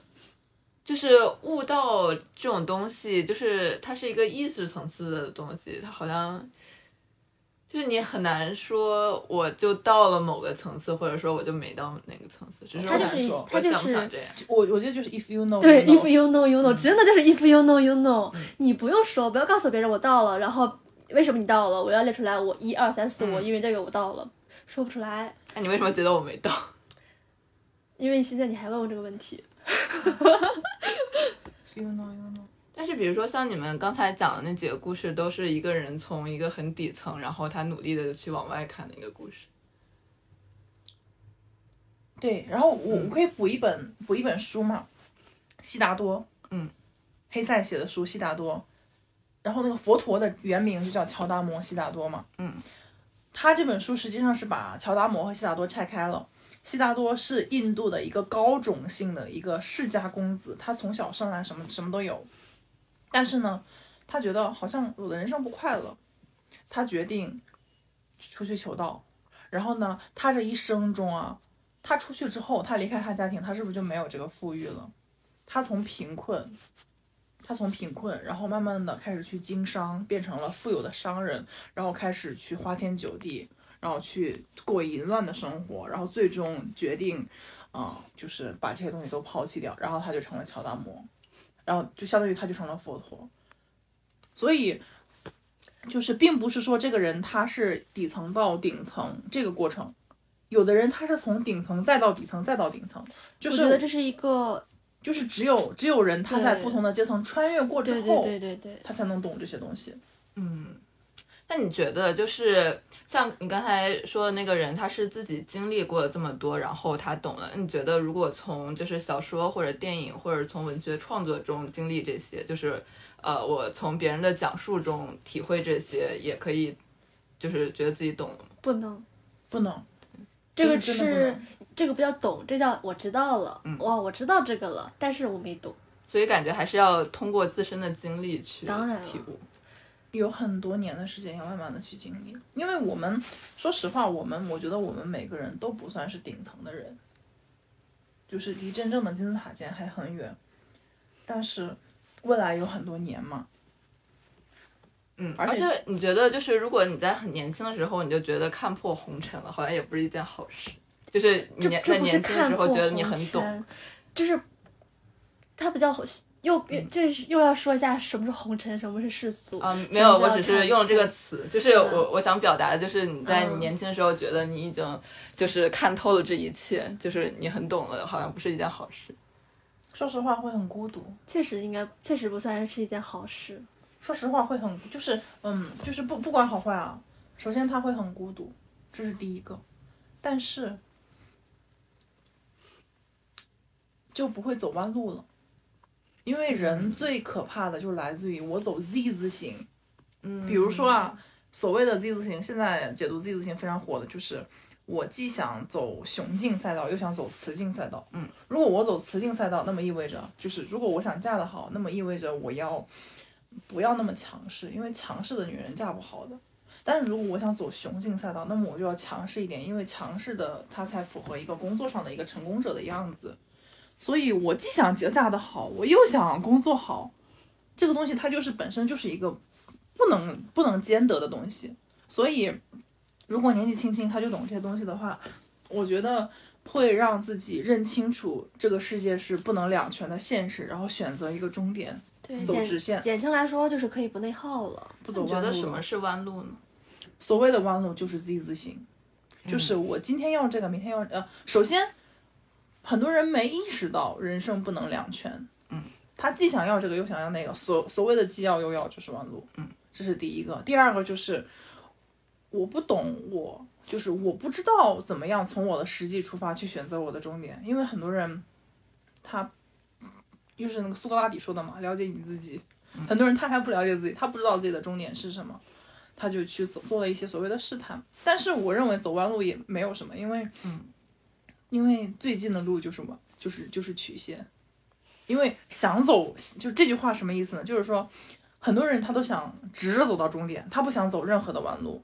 Speaker 3: 就是悟道这种东西，就是它是一个意识层次的东西，它好像就是你很难说我就到了某个层次，或者说我就没到哪个层次，只是
Speaker 1: 它
Speaker 3: 我
Speaker 1: 就
Speaker 2: 感
Speaker 1: 是
Speaker 2: 受
Speaker 1: 它
Speaker 3: 我
Speaker 1: 就
Speaker 3: 想不想
Speaker 1: 是
Speaker 3: 这样？
Speaker 2: 我我觉得就是 if you know，
Speaker 1: 对
Speaker 2: you know
Speaker 1: ，if you know you know，真的就是 if you know you know。你
Speaker 2: 嗯
Speaker 1: 不用说，不要告诉别人我到了，然后为什么你到了？我要列出来，我一二三四，
Speaker 2: 嗯
Speaker 1: 我因为这个我到了，说不出来，
Speaker 3: 那哎你为什么觉得我没到？
Speaker 1: 因为现在你还问我这个问题。
Speaker 2: if you know you know，
Speaker 3: 但是比如说像你们刚才讲的那几个故事，都是一个人从一个很底层，然后他努力的去往外看的一个故事。
Speaker 2: 对。然后我
Speaker 3: 嗯
Speaker 2: 我可以补一本补一本书嘛，悉达多，
Speaker 3: 嗯，
Speaker 2: 黑塞写的书《悉达多》，然后那个佛陀的原名就叫乔达摩·悉达多嘛，
Speaker 3: 嗯，
Speaker 2: 他这本书实际上是把乔达摩和悉达多拆开了。悉达多是印度的一个高种姓的一个世家公子，他从小生来什么什么都有，但是呢，他觉得好像我的人生不快乐，他决定出去求道。然后呢，他这一生中啊，他出去之后，他离开他家庭，他是不是就没有这个富裕了？他从贫困，他从贫困，然后慢慢的开始去经商，变成了富有的商人，然后开始去花天酒地，然后去过淫乱的生活，然后最终决定，啊、就是把这些东西都抛弃掉，然后他就成了乔达摩，然后就相当于他就成了佛陀，所以。就是，并不是说这个人他是底层到顶层这个过程，有的人他是从顶层再到底层再到顶层，就是
Speaker 1: 我觉得这是一个，
Speaker 2: 就是只有只有人他在
Speaker 1: 对
Speaker 2: 不同的阶层穿越过之
Speaker 1: 对
Speaker 2: 后，
Speaker 1: 对对对对，
Speaker 2: 他才能懂这些东西。
Speaker 3: 嗯，那你觉得就是像你刚才说的那个人，他是自己经历过了这么多，然后他懂了。那你觉得如果从就是小说或者电影或者从文学创作中经历这些，就是呃，我从别人的讲述中体会这些，也可以就是觉得自己懂了吗？
Speaker 1: 不能，
Speaker 2: 不能，
Speaker 1: 这个
Speaker 2: 真的真的不
Speaker 1: 是
Speaker 2: 能
Speaker 1: 这个不叫懂，这叫我知道了，
Speaker 3: 嗯
Speaker 1: 哇，我知道这个了，但是我没懂。
Speaker 3: 所以感觉还是要通过自身的经历去
Speaker 1: 当然了
Speaker 3: 体悟。
Speaker 2: 有很多年的时间要慢慢的去经历，因为我们说实话，我们我觉得我们每个人都不算是顶层的人，就是离真正的金字塔尖还很远，但是未来有很多年嘛，
Speaker 3: 嗯，
Speaker 2: 而
Speaker 3: 而
Speaker 2: 且
Speaker 3: 且你觉得，就是如果你在很年轻的时候，你就觉得看破红尘了，好像也不是一件好事。就是你
Speaker 1: 这
Speaker 3: 年在
Speaker 1: 这不是
Speaker 3: 年轻的
Speaker 1: 看
Speaker 3: 时
Speaker 1: 破
Speaker 3: 候
Speaker 1: 红
Speaker 3: 觉
Speaker 1: 尘，
Speaker 3: 得你很懂，
Speaker 1: 就是它比较又又这是又要说一下什么是红尘，什么是世俗。
Speaker 3: 嗯，没
Speaker 1: 什么
Speaker 3: 有，
Speaker 1: 叫
Speaker 3: 我只是
Speaker 1: 看
Speaker 3: 用了这
Speaker 1: 破
Speaker 3: 个词，就是
Speaker 1: 嗯
Speaker 3: 我我想表达的就是你在
Speaker 1: 嗯
Speaker 3: 年轻的时候觉得你已经就是看透了这一切，就是你很懂了，好像不是一件好事。
Speaker 2: 说实话会很孤独，
Speaker 1: 确实应该确实不算是一件好事。
Speaker 2: 说实话会很就是嗯就是不不管好坏啊，首先他会很孤独，这是第一个，但是就不会走弯路了。因为人最可怕的就是来自于我走 Z 字形，
Speaker 3: 嗯，
Speaker 2: 比如说啊，所谓的 Z 字形，现在解读 Z 字形非常火的就是。我既想走雄竞赛道，又想走雌竞赛道。
Speaker 3: 嗯，
Speaker 2: 如果我走雌竞赛道，那么意味着就是，如果我想嫁得好，那么意味着我要不要那么强势，因为强势的女人嫁不好的。但是如果我想走雄竞赛道，那么我就要强势一点，因为强势的她才符合一个工作上的一个成功者的样子。所以我既想嫁得好，我又想工作好，这个东西它就是本身就是一个不能不能兼得的东西。所以，如果年纪轻轻他就懂这些东西的话，我觉得会让自己认清楚这个世界是不能两全的现实，然后选择一个终点，
Speaker 1: 对，
Speaker 2: 走
Speaker 1: 简
Speaker 2: 直线，
Speaker 1: 简称来说就是可以不内耗了。
Speaker 2: 不走
Speaker 3: 你觉
Speaker 2: 弯路
Speaker 3: 得
Speaker 2: 了。
Speaker 3: 什么是弯路呢？
Speaker 2: 所谓的弯路就是 Z 字形，就是我今天要这个，明天要呃，首先很多人没意识到人生不能两全，
Speaker 3: 嗯，
Speaker 2: 他既想要这个又想要那个，所所谓的既要又要就是弯路，嗯，这是第一个，第二个就是我不懂我。就是我不知道怎么样从我的实际出发去选择我的终点，因为很多人他又是那个苏格拉底说的嘛，了解你自己。很多人他还不了解自己，他不知道自己的终点是什么，他就去走做了一些所谓的试探。但是我认为走弯路也没有什么，因为，
Speaker 3: 嗯，
Speaker 2: 因为最近的路就是弯，就是就是曲线。因为想走，就这句话什么意思呢？就是说，很多人他都想直着走到终点，他不想走任何的弯路。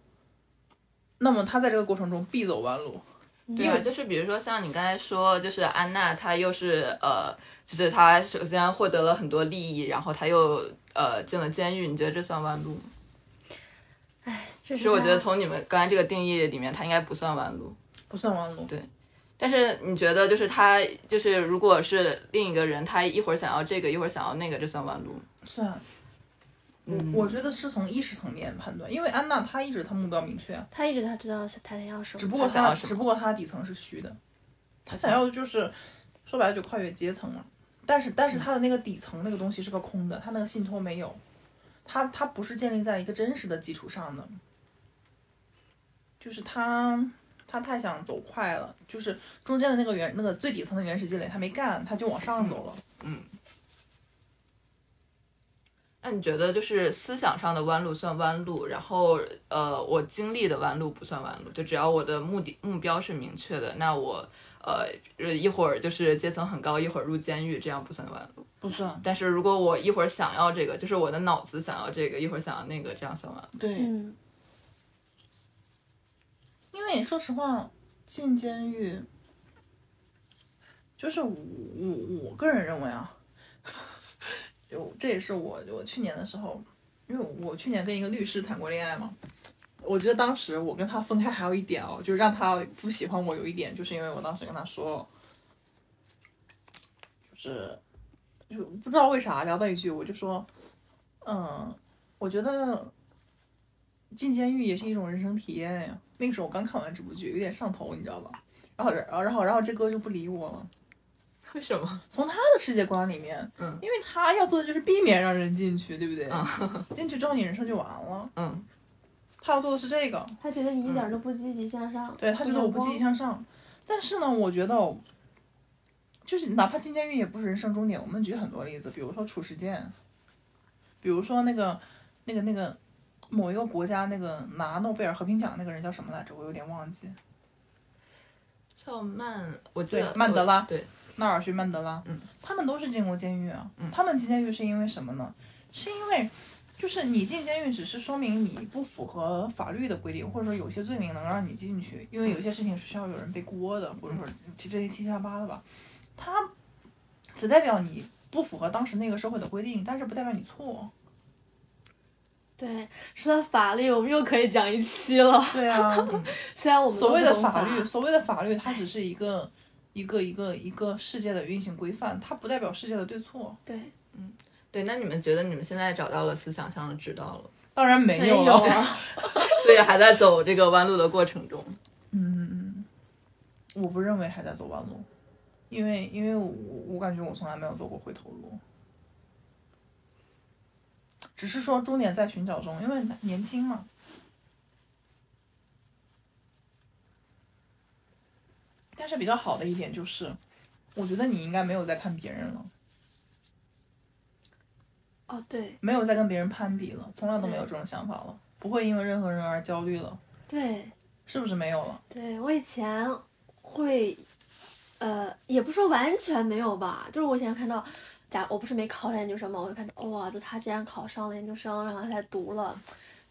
Speaker 2: 那么他在这个过程中必走弯路，
Speaker 3: 对啊，就是比如说像你刚才说，就是安娜她又是呃，就是她首先获得了很多利益，然后她又呃进了监狱，你觉得这算弯路吗？
Speaker 1: 其
Speaker 3: 其实我觉得从你们刚才这个定义里面，她应该不算弯路。
Speaker 2: 不算弯路。
Speaker 3: 但是你觉得就是她就是如果是另一个人，她一会儿想要这个，一会儿想要那个，这算弯路吗？嗯
Speaker 2: 算，我我觉得是从意识层面判断，因为安娜她一直她目标明确，啊
Speaker 1: 他一直他知道是他要什么，
Speaker 2: 只不过
Speaker 3: 嗯她想
Speaker 2: 她
Speaker 3: 要什么
Speaker 2: 只不过她的底层是虚的，她想要的就是说白了就跨越阶层嘛。但是但是她的那个底层那个东西是个空的，她那个信托没有，她她不是建立在一个真实的基础上的，就是她她太想走快了，就是中间的那个原那个最底层的原始积累她没干，她就往上走了。
Speaker 3: 那你觉得就是思想上的弯路算弯路，然后呃，我经历的弯路不算弯路，就只要我的目的目标是明确的，那我呃一会儿就是阶层很高，一会儿入监狱，这样不算弯路。
Speaker 2: 不算，
Speaker 3: 但是如果我一会儿想要这个，就是我的脑子想要这个，一会儿想要那个，这样算弯路。
Speaker 2: 对
Speaker 1: 嗯，
Speaker 2: 因为说实话，进监狱，就是我我我个人认为啊， 就这也是我我去年的时候，因为我去年跟一个律师谈过恋爱嘛，我觉得当时我跟他分开还有一点哦，就是让他不喜欢我有一点，就是因为我当时跟他说，就是就不知道为啥聊到一句，我就说，嗯，我觉得进监狱也是一种人生体验呀。那个时候我刚看完这部剧，有点上头，你知道吧？然后，然后，然后，然后这哥就不理我了。
Speaker 3: 为什么？
Speaker 2: 从他的世界观里面，
Speaker 3: 嗯
Speaker 2: 因为他要做的就是避免让人进去，对不对？进去之后你人生就完了。
Speaker 3: 嗯，
Speaker 2: 他要做的是这个，
Speaker 1: 他觉得你一点都不积极向上，
Speaker 2: 对他觉得我不
Speaker 1: 啊
Speaker 2: 积极向上。但是呢，我觉得哦，就是哪怕进监狱也不是人生终点。我们举很多例子，比如说褚时健，比如说那个、那个、那个某一个国家那个拿诺贝尔和平奖那个人叫什么来着？我有点忘记。
Speaker 3: 叫曼，我记
Speaker 2: 对
Speaker 3: 得
Speaker 2: 曼德拉
Speaker 3: 我对，
Speaker 2: 纳尔逊·曼德拉，
Speaker 3: 嗯，
Speaker 2: 他们都是进过监狱啊。
Speaker 1: 嗯
Speaker 2: 他们进监狱是因为什么呢？是因为就是你进监狱只是说明你不符合法律的规定，或者说有些罪名能让你进去，因为有些事情是需要有人背锅
Speaker 1: 嗯
Speaker 2: 的，或者说其这些七七八八的吧。他只代表你不符合当时那个社会的规定，但是不代表你错。
Speaker 1: 对，说到法律，我们又可以讲一期了。
Speaker 2: 对啊，
Speaker 1: 虽然我们都
Speaker 2: 所谓的
Speaker 1: 不懂法
Speaker 2: 法律，所谓的法律，它只是一个一个一个一个世界的运行规范，它不代表世界的对错。
Speaker 1: 对，
Speaker 3: 对，那你们觉得你们现在找到了思想上的指导了，
Speaker 2: 当然没
Speaker 1: 没
Speaker 2: 有
Speaker 1: 有
Speaker 2: 了。
Speaker 1: 啊，
Speaker 3: 所以还在走这个弯路的过程中。
Speaker 2: 我不认为还在走弯路，因为因为我我感觉我从来没有走过回头路，只是说终点在寻找中，因为年轻嘛。但是比较好的一点就是，我觉得你应该没有在看别人了，
Speaker 1: 哦，对
Speaker 2: 没有再跟别人攀比了，从来都没有这种想法了，不会因为任何人而焦虑了，
Speaker 1: 对
Speaker 2: 是不是没有了？
Speaker 1: 对，我以前会，呃，也不是说完全没有吧，就是我以前看到，假我不是没考上研究生嘛，我就看到哇，就他竟然考上了研究生，然后他才读了。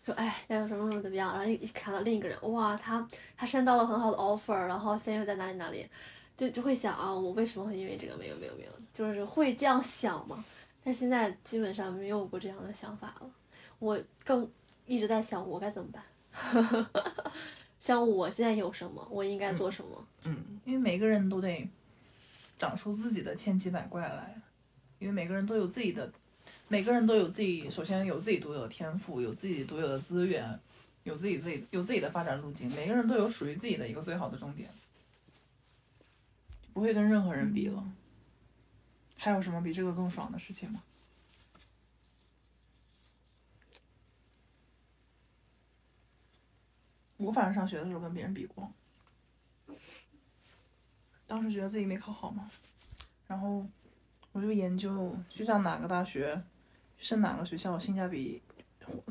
Speaker 1: 说哎，那个什么什么怎么样？然后一一看到另一个人，哇，他他申到了很好的 offer，然后现在又在哪里哪里，就就会想啊，我为什么会因为这个没有没有没有，就是会这样想嘛。但现在基本上没有过这样的想法了，我更一直在想我该怎么办，像我现在有什么，我应该做什么。
Speaker 3: 嗯，
Speaker 2: 因为每个人都得长出自己的千奇百怪来，因为每个人都有自己的，每个人都有自己，首先有自己独有的天赋，有自己独有的资源，有自己自己有自己的发展路径，每个人都有属于自己的一个最好的终点，不会跟任何人比了。还有什么比这个更爽的事情吗？我反正上学的时候跟别人比过，当时觉得自己没考好嘛，然后我就研究去上哪个大学，去上哪个学校性价比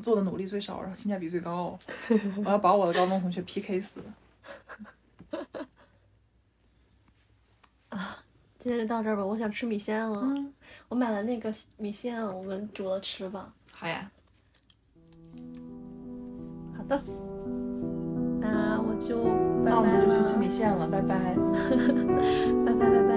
Speaker 2: 做的努力最少，然后性价比最高，我要把我的高中同学 PK 死。
Speaker 1: 今天就到这儿吧，我想吃米线了。
Speaker 2: 嗯
Speaker 1: 我买了那个米线，我们煮了吃吧。
Speaker 3: 好呀，
Speaker 1: 好的，那我就拜
Speaker 2: 那我
Speaker 1: 拜
Speaker 2: 们就去吃
Speaker 1: 了，
Speaker 2: 米线了，拜拜。
Speaker 1: 拜拜拜拜。